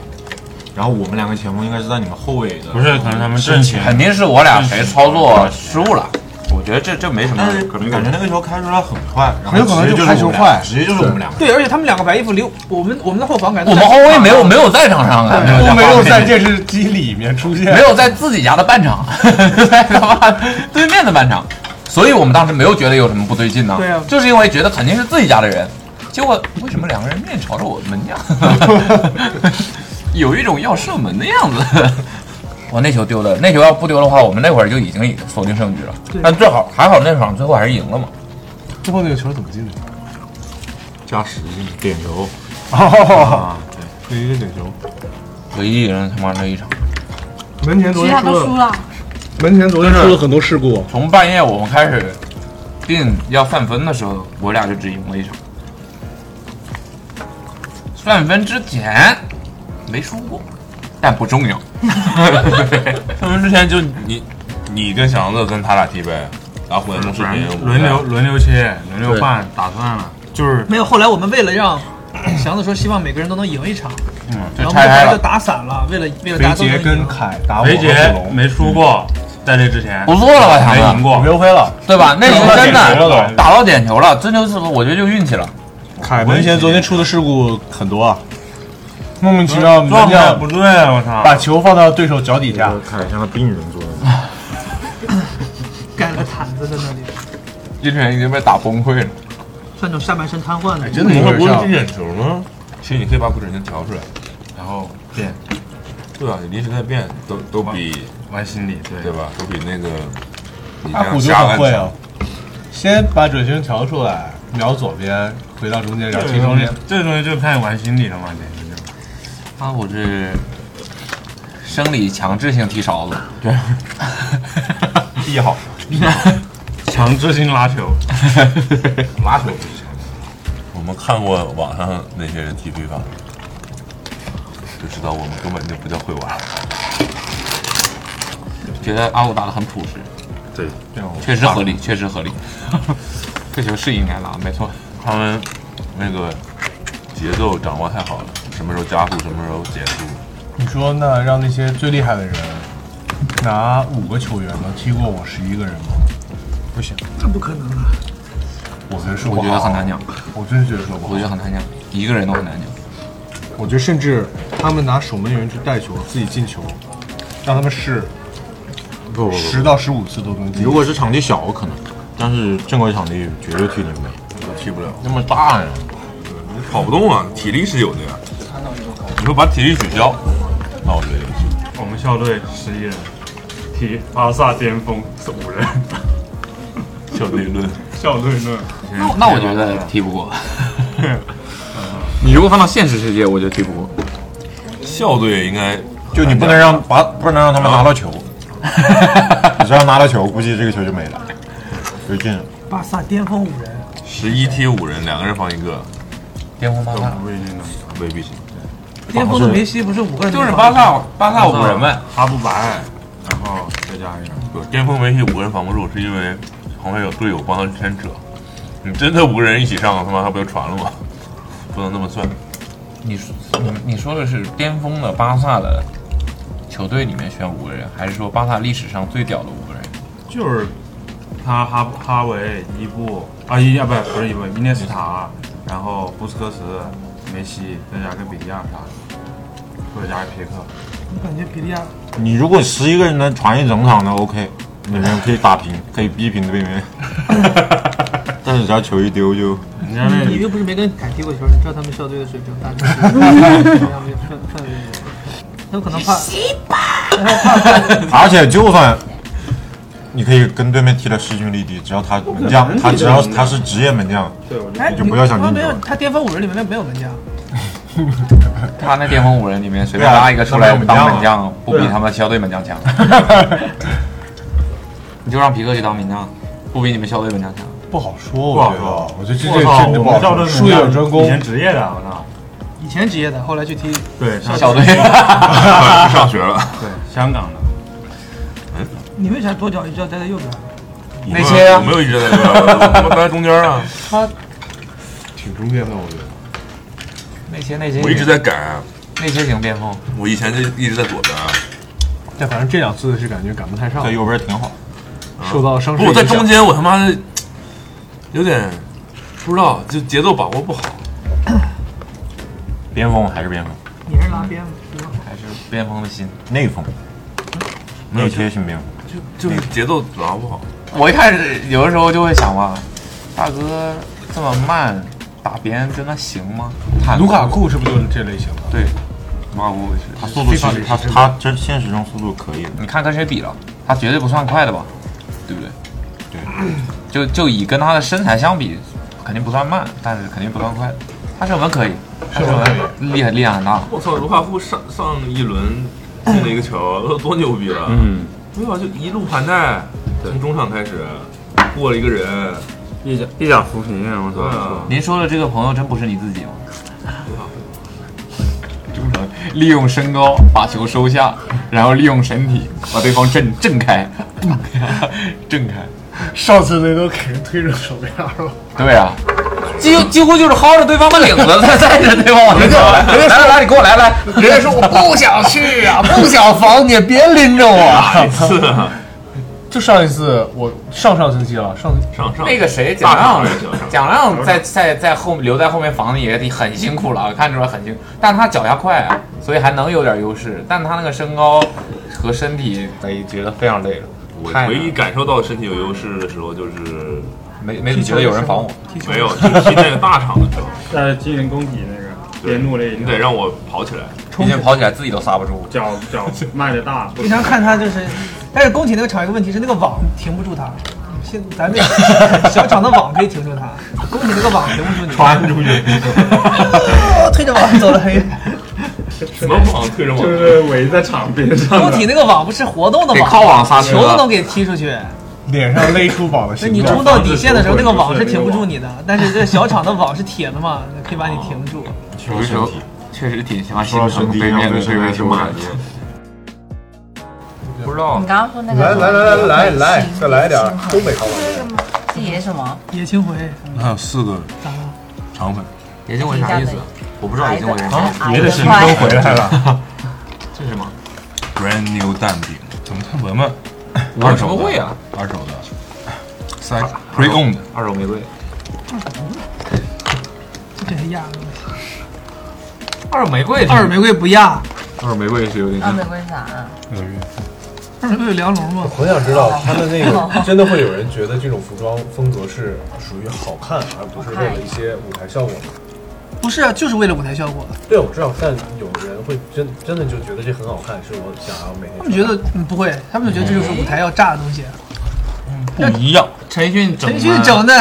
Speaker 10: 然后我们两个前锋应该是在你们后卫的，
Speaker 7: 不是可能他们
Speaker 10: 身前，
Speaker 7: 肯定是我俩谁操作失误了。我觉得这这没什么
Speaker 10: 但是
Speaker 7: 可能
Speaker 10: 感觉那个球开出来很快，然后
Speaker 7: 很有可能
Speaker 10: 直接
Speaker 7: 就
Speaker 10: 就是
Speaker 7: 开球
Speaker 10: 我们俩
Speaker 7: 快
Speaker 10: 直接就是我们两个。
Speaker 5: 对，而且他们两个白衣服离我们我们的后防感觉
Speaker 7: 我们后卫没有没有在场上啊，
Speaker 4: [LAUGHS] 都哎没有在这支
Speaker 7: 是
Speaker 4: 机里面出现，
Speaker 7: [LAUGHS] 没有在自己家的半场， [LAUGHS] 在他妈对面的半场，所以我们当时没有觉得有什么不对劲呢。
Speaker 5: 对啊
Speaker 7: 就是因为觉得肯定是自己家的人，结果为什么两个人面朝着我门呀？ [LAUGHS] 有一种要射门的样子。我那球丢的，那球要不丢的话，我们那会儿就已经锁定胜局了
Speaker 4: 对。
Speaker 7: 但最好还好那场最后还是赢了嘛。
Speaker 4: 最后那个球怎么进的？
Speaker 7: 加时点球，
Speaker 4: 哦，对，有一个点球。
Speaker 7: 唯一人他妈那一场，
Speaker 4: 门前
Speaker 13: 其他都输了，
Speaker 4: 门前昨天
Speaker 7: 出了
Speaker 4: 很多事故。
Speaker 7: 从半夜我们开始定要散分的时候，我俩就只赢了一场。散分之前没输过，但
Speaker 4: [LAUGHS]
Speaker 7: 不重要。
Speaker 3: 他们之前就你你跟祥子跟他俩踢呗，然后回来
Speaker 10: 嗯
Speaker 3: 弄视频，
Speaker 14: 轮流轮流切，轮流
Speaker 3: 对
Speaker 14: 换，打断了，就是
Speaker 5: 没有，后来我们为了让 [COUGHS] 祥子说希望每个人都能赢一场，
Speaker 14: 嗯，
Speaker 5: 然后我们把就打散了，为了为了大家都能赢。
Speaker 4: 凯打
Speaker 7: 啊
Speaker 14: 肥杰没输过，
Speaker 7: 嗯
Speaker 14: 在这之前
Speaker 7: 不错了吧，强
Speaker 14: 没
Speaker 7: 子？
Speaker 14: 赢过，
Speaker 4: 刘飞了，
Speaker 7: 对吧？那球真
Speaker 4: 打到点球了
Speaker 7: 的
Speaker 4: 都
Speaker 7: 打到点球了，这就是我觉得就运气了。
Speaker 4: 凯文贤昨天出的事故很多啊，莫名其
Speaker 14: 状
Speaker 4: 妙门
Speaker 14: 态
Speaker 4: 将
Speaker 14: 不对，我操！
Speaker 4: 把球放到对手脚底下，
Speaker 10: 凯像个病人坐的。
Speaker 5: 盖了个毯子在那里，
Speaker 7: 金晨已经被打崩溃了。哎
Speaker 5: 像那种下半身瘫痪的。
Speaker 3: [LAUGHS] 你会不会是眼球吗？其实你可以把不准星调出来，然后变。对啊，你临时再变都都比
Speaker 14: 玩心理对
Speaker 3: 对吧？都比那个你这
Speaker 4: 阿
Speaker 3: 样
Speaker 4: 虎就
Speaker 3: 瞎
Speaker 4: 很
Speaker 3: 按
Speaker 4: 会啊，先把准星调出来，瞄左边，回到中间，然后
Speaker 14: 这
Speaker 4: 踢
Speaker 14: 东
Speaker 4: 中
Speaker 14: 西
Speaker 4: 间。
Speaker 14: 这东西就太玩心理了嘛，简直就。
Speaker 7: 啊，我这生理强制性踢勺
Speaker 4: [LAUGHS]
Speaker 7: 子，对，
Speaker 4: 踢好，
Speaker 14: 强制性拉
Speaker 10: [LAUGHS]
Speaker 14: 球，
Speaker 4: 拉球不是强
Speaker 3: 我们看过网上那些人踢FIFA，就知道我们根本就不叫会玩。
Speaker 7: 觉得阿武打的很朴实，
Speaker 3: 对，
Speaker 7: 确实合理，确实合理。这球是应该拉，没错。
Speaker 3: 他们那个节奏掌握太好了，什么时候加速，什么时候减速。
Speaker 4: 你说那让那些最厉害的人拿五个球员能踢过我十一个人吗？不行，
Speaker 5: 那不可能啊！
Speaker 4: 我觉得是啊
Speaker 7: 我觉得很难讲，
Speaker 4: 我真觉得说不好，
Speaker 7: 我觉得很难讲，一个人都很难讲。
Speaker 4: 我觉得甚至他们拿守门员去带球，自己进球，让他们试
Speaker 6: 不不不
Speaker 4: 十到十五次都能进。
Speaker 6: 如果是场地小，可能，但是正规场地绝对踢你们，踢不了。那么大呀，
Speaker 10: 跑不动啊，体力是有的呀。你说把体力取消，那我觉得也是。
Speaker 3: 我们校队十一人，踢巴萨巅峰是五人，
Speaker 10: 校队论，
Speaker 3: 校队论。
Speaker 7: 那我那我觉得踢不过。
Speaker 10: [LAUGHS] 你如果放到现实世界，我觉得踢不过。校队应该
Speaker 8: 就你不能让把不能让他们拿到
Speaker 6: [LAUGHS]
Speaker 8: 球，你只要拿到球，估计这个球就没了，就进了。
Speaker 5: 巴萨巅峰五人，
Speaker 8: 哦
Speaker 10: 十一踢五人，两个人防一个，
Speaker 7: 巅峰巴萨
Speaker 10: 未必能，未必行。
Speaker 5: 巅峰的梅西不是五个人
Speaker 7: 就
Speaker 5: 吗，
Speaker 7: 是巴萨，巴萨
Speaker 10: 五
Speaker 7: 五人呗，
Speaker 10: 哈布白，然后再加一个，不，巅峰梅西五个人防不住，是因为旁边有队友
Speaker 3: [LAUGHS]
Speaker 10: 帮他去牵扯。你真的五个人一起上，他妈他不就传了吗？不能这么算。
Speaker 7: 你你你说的是巅峰的巴萨的球队里面选五个人，还是说巴萨历史上最屌的五个人？
Speaker 3: 就是他哈哈维、伊布啊伊啊不不是伊布，伊涅斯塔，然后布斯克茨、梅西，再加个比利亚啥的，或者加个皮克。
Speaker 5: 我感觉比利亚
Speaker 8: 你如果十一个人能传一整场的 OK，你们可以打平， [LAUGHS] 可以逼平对
Speaker 3: [LAUGHS]
Speaker 8: 面。但是只要球一丢就，哎
Speaker 5: 你又不是没跟凯踢过球，你知道他们校队的水平大致是什么样的氛氛围？他们可能怕，
Speaker 8: 嗯而且就算你可以跟对面踢的势均力敌，只要他门将，他只要他是职业门将，
Speaker 5: 哎，
Speaker 8: 你就不要想
Speaker 5: 他
Speaker 8: 进
Speaker 5: 没
Speaker 8: 球
Speaker 5: 有。，他巅峰五人里面没有门将，
Speaker 7: 他那巅峰五人里面随便
Speaker 8: 对啊
Speaker 7: 拉一个出来
Speaker 8: 那门将
Speaker 7: 当
Speaker 8: 啊
Speaker 7: 门将，不比
Speaker 8: 对啊
Speaker 7: 他们校队门
Speaker 10: [LAUGHS]
Speaker 7: 将强？你就让皮克去当门将，不比你们校队门将强？
Speaker 4: 不好说，
Speaker 7: 不
Speaker 4: 我
Speaker 7: 好
Speaker 4: 觉
Speaker 7: 说
Speaker 4: 得，我觉得这
Speaker 7: 我
Speaker 4: 这
Speaker 7: 操
Speaker 4: 真的不好
Speaker 3: 我
Speaker 4: 说。
Speaker 3: 们校
Speaker 4: 术
Speaker 3: 队
Speaker 4: 业有专攻，
Speaker 3: 以前职业的，我操。
Speaker 5: 以前职业的，后来去踢
Speaker 3: 对，他
Speaker 5: 校队
Speaker 3: 对
Speaker 10: 上学了。
Speaker 3: 对，香港的。
Speaker 5: 你为啥左脚一直要待在右边？
Speaker 10: 那些啊我没有一直在那边我我待在中间
Speaker 6: [LAUGHS]
Speaker 10: 啊。
Speaker 5: 他
Speaker 4: 挺中间的，我觉得。
Speaker 7: 那些那些
Speaker 10: 我一直在
Speaker 3: 啊
Speaker 10: 改，
Speaker 7: 那些型巅峰。
Speaker 10: 我以前就一直在左边啊，
Speaker 4: 但反正这两次是感觉赶不太上，
Speaker 3: 啊
Speaker 10: 在右边挺好。
Speaker 4: 受到伤势
Speaker 10: 不，我在
Speaker 4: 影响
Speaker 10: 中间，我他妈的有点不知道，就节奏把握不好。
Speaker 8: 边锋还是边锋，
Speaker 5: 你是拉边吗？
Speaker 7: [LAUGHS] 还是边锋的心
Speaker 8: 内锋，内切型边锋。
Speaker 10: 就是节奏把握不好。
Speaker 7: [LAUGHS] 我一开始有的时候就会想哇，大哥这么慢打别人真的行吗？看
Speaker 4: 卢卡库是不是就是这类型的？啊
Speaker 7: 对，卢卡库是
Speaker 8: 他速度其实他
Speaker 7: 非常
Speaker 8: 他真现实中速度可以的。
Speaker 7: 你看跟谁比了？他绝对不算快的吧，对不对？
Speaker 8: 对，
Speaker 7: 就就以跟他的身材相比，肯定不算慢，但是肯定不算快。他射门可以，他射门厉害力量很大。
Speaker 10: 我操，卢卡库上上一轮进了一个球， [LAUGHS] 多牛逼啊！
Speaker 7: 嗯，
Speaker 10: 没有啊，就一路盘带，从中场开始过了一个人，
Speaker 7: 一脚
Speaker 10: 一脚扶贫啊！我
Speaker 7: 您说的这个朋友真不是你自己吗？中场利用身高把球收下，然后利用身体把对方震震开， [LAUGHS] 震开。
Speaker 15: 上次那都给人推成什么样
Speaker 4: [LAUGHS]
Speaker 15: 了？
Speaker 7: 对啊，几乎几乎就是薅着对方的领子，再带着对方往前走。来来来，你跟我来来。人家说我不想去啊，不想防你，别拎
Speaker 4: [LAUGHS]
Speaker 7: 着我。
Speaker 15: 次啊，就上一次，我上上星期了，上
Speaker 10: 上
Speaker 7: 那个谁，
Speaker 15: 大
Speaker 7: 蒋亮
Speaker 15: 场上，
Speaker 7: 蒋亮在在在后留在后面防的也很辛苦了，看出来很辛苦，但他脚下快啊，所以还能有点优势。但他那个身高和身体，得觉得非常累了。
Speaker 10: 我
Speaker 7: 太难
Speaker 10: 唯一感受到身体有优势的时候，就是
Speaker 7: 没没觉得有人防我
Speaker 10: 没有，就是踢那个大场的时候，
Speaker 3: 在进人攻底那个
Speaker 10: 对
Speaker 3: 边路那一
Speaker 10: 你得让我跑
Speaker 3: [LAUGHS]
Speaker 10: 起来，
Speaker 7: 毕竟跑起来自己都刹不住，
Speaker 3: 脚脚迈的大。
Speaker 5: 经常看他就是，但是宫体那个场有个问题是那个网停不住他。现咱这 [LAUGHS] 小场的网可以停住他，宫体那个网停不住
Speaker 8: [LAUGHS]
Speaker 5: 你。
Speaker 8: 穿出去，
Speaker 5: [LAUGHS] 推着网走了很远。
Speaker 10: 什么网推着网？
Speaker 3: 就是围在场边上
Speaker 5: 宫体那个网不是活动的
Speaker 3: 得
Speaker 5: 网，
Speaker 3: 靠网刹车
Speaker 5: 球都能给踢出去。
Speaker 4: 脸上勒出宝的
Speaker 5: 那
Speaker 4: 形
Speaker 5: 你
Speaker 4: 状
Speaker 5: 冲到底线的时候，那个网是停不住你的，但是这小场的网是铁的嘛，可以把你停住。
Speaker 7: 有的时候确实挺像
Speaker 8: 说到身体，
Speaker 7: 对面的对面
Speaker 8: 是骂
Speaker 7: 球不知道啊
Speaker 16: 你刚刚说那个
Speaker 15: 来来来来来来，再来点儿东北口味。
Speaker 16: 是野什么？
Speaker 5: [LAUGHS] 野青回，嗯
Speaker 6: 还有啊四个肠粉，
Speaker 7: 野青回啥意思？啊我不知道野青回是啥
Speaker 6: 啊，
Speaker 7: 别
Speaker 6: 别
Speaker 7: 的
Speaker 6: 的
Speaker 7: 是
Speaker 6: 是
Speaker 7: 你
Speaker 6: 你
Speaker 7: 都
Speaker 6: 都
Speaker 7: 回
Speaker 6: 回
Speaker 7: 来
Speaker 6: 来
Speaker 7: 了
Speaker 6: 了。
Speaker 7: 这是什么？
Speaker 6: brand new 蛋饼，怎么看闻闻？
Speaker 7: 闻什么会啊？
Speaker 6: 二手的，三 pre owned
Speaker 7: 二手玫瑰。
Speaker 5: 这是亚洲。
Speaker 7: 二手玫瑰，
Speaker 5: 二手玫瑰不压，
Speaker 6: 二手玫瑰是有点
Speaker 16: 二玫瑰是啥啊？
Speaker 5: 二手玫瑰梁龙吗？
Speaker 4: 我很想知道他们那个真的会有人觉得这种服装风格是属于好看，而不是为了一些舞台效果吗？
Speaker 5: 不是啊，就是为了舞台效果。
Speaker 4: 对，我知道，但有人会真真的就觉得这很好看，是我想要每天
Speaker 5: 他们觉得嗯不会，他们就觉得这就是舞台要炸的东西。
Speaker 3: 不一样。
Speaker 7: 陈奕迅
Speaker 5: 陈奕迅整的，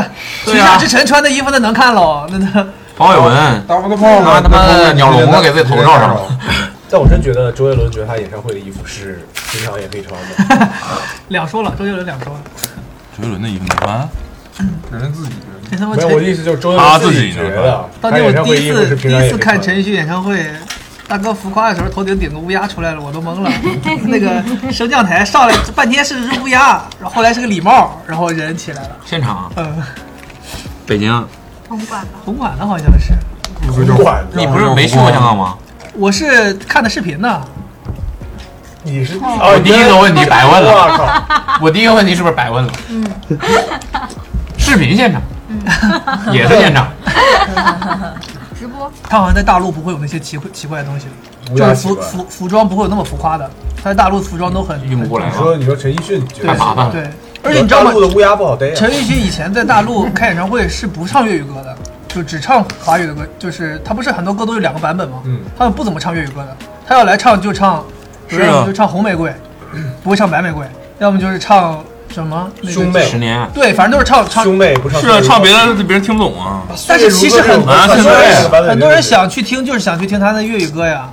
Speaker 7: 对
Speaker 5: 水
Speaker 7: 啊
Speaker 5: 下之城穿的衣服那能看喽？那那
Speaker 7: 黄伟文，
Speaker 4: 大风
Speaker 7: 他妈他妈鸟笼子给自己头罩上了。
Speaker 4: [LAUGHS] 但我真觉得周杰伦觉得他演唱会的衣服是平常也可以穿的。
Speaker 5: 两说了，周杰伦两说了，
Speaker 10: 周杰伦的衣服能穿？
Speaker 6: 人家自己
Speaker 5: 这他妈
Speaker 4: 没有，
Speaker 5: 陈
Speaker 4: 我的意思就是周杰
Speaker 10: 他
Speaker 4: 伦
Speaker 10: 自己
Speaker 4: 己觉
Speaker 10: 能
Speaker 4: 得啊
Speaker 10: 穿，
Speaker 5: 当
Speaker 4: 他
Speaker 5: 年
Speaker 4: 演
Speaker 5: 我
Speaker 4: 唱
Speaker 5: 第
Speaker 4: 会
Speaker 5: 一
Speaker 4: 衣服
Speaker 5: 次
Speaker 4: 是
Speaker 5: 第
Speaker 4: 平常
Speaker 5: 一
Speaker 4: 也
Speaker 5: 次
Speaker 4: 可以
Speaker 5: 看
Speaker 4: 穿的。
Speaker 5: 陈奕迅演唱会，大哥浮夸的时候头顶顶个乌鸦出来了，我都懵了。那个升降台上来半天是只乌鸦，然后后来是个礼帽，然后人起来了。
Speaker 7: 现场啊
Speaker 5: 嗯，
Speaker 7: 北京，啊
Speaker 5: 红馆吧，红馆的好像是。
Speaker 7: 你不是没去过香港吗？
Speaker 5: 我是看的视频呢。
Speaker 4: 你是
Speaker 7: 我第一个问题白问了，我第一个问题是不是白问了？
Speaker 5: 嗯，
Speaker 7: 视频现场也是现场，
Speaker 12: 直播
Speaker 5: 他好像在大陆不会有那些奇怪奇怪的东西，
Speaker 4: 乌
Speaker 5: 就
Speaker 4: 鸦
Speaker 5: 是
Speaker 4: 奇
Speaker 5: 服
Speaker 4: 怪
Speaker 5: 服服装不会有那么浮夸的。他在大陆服装都很运
Speaker 7: 不过来
Speaker 4: 你
Speaker 7: 了
Speaker 4: 说你说陈奕迅觉得
Speaker 5: 太麻烦了对而且你知道
Speaker 4: 大
Speaker 5: 吗
Speaker 4: 陆的乌鸦不好逮啊。
Speaker 5: 陈奕迅以前在大陆开演唱会是不唱粤语歌的，就只唱华语的歌，就是他不是很多歌都有两个版本吗？
Speaker 4: 嗯，
Speaker 5: 他们不怎么唱粤语歌的，他要来唱就唱，
Speaker 7: 是啊
Speaker 5: 要么就唱红玫瑰，不会唱白玫瑰，要么就是唱什么那个
Speaker 7: 兄妹十年
Speaker 5: 对，反正都是唱唱
Speaker 4: 兄妹不
Speaker 7: 是啊，唱别的别人听不懂啊。
Speaker 5: 但是其实很多
Speaker 7: 啊，
Speaker 5: 很
Speaker 7: 现
Speaker 5: 多
Speaker 7: 在
Speaker 5: 人很多人想去听，就是想去听他的粤语歌呀。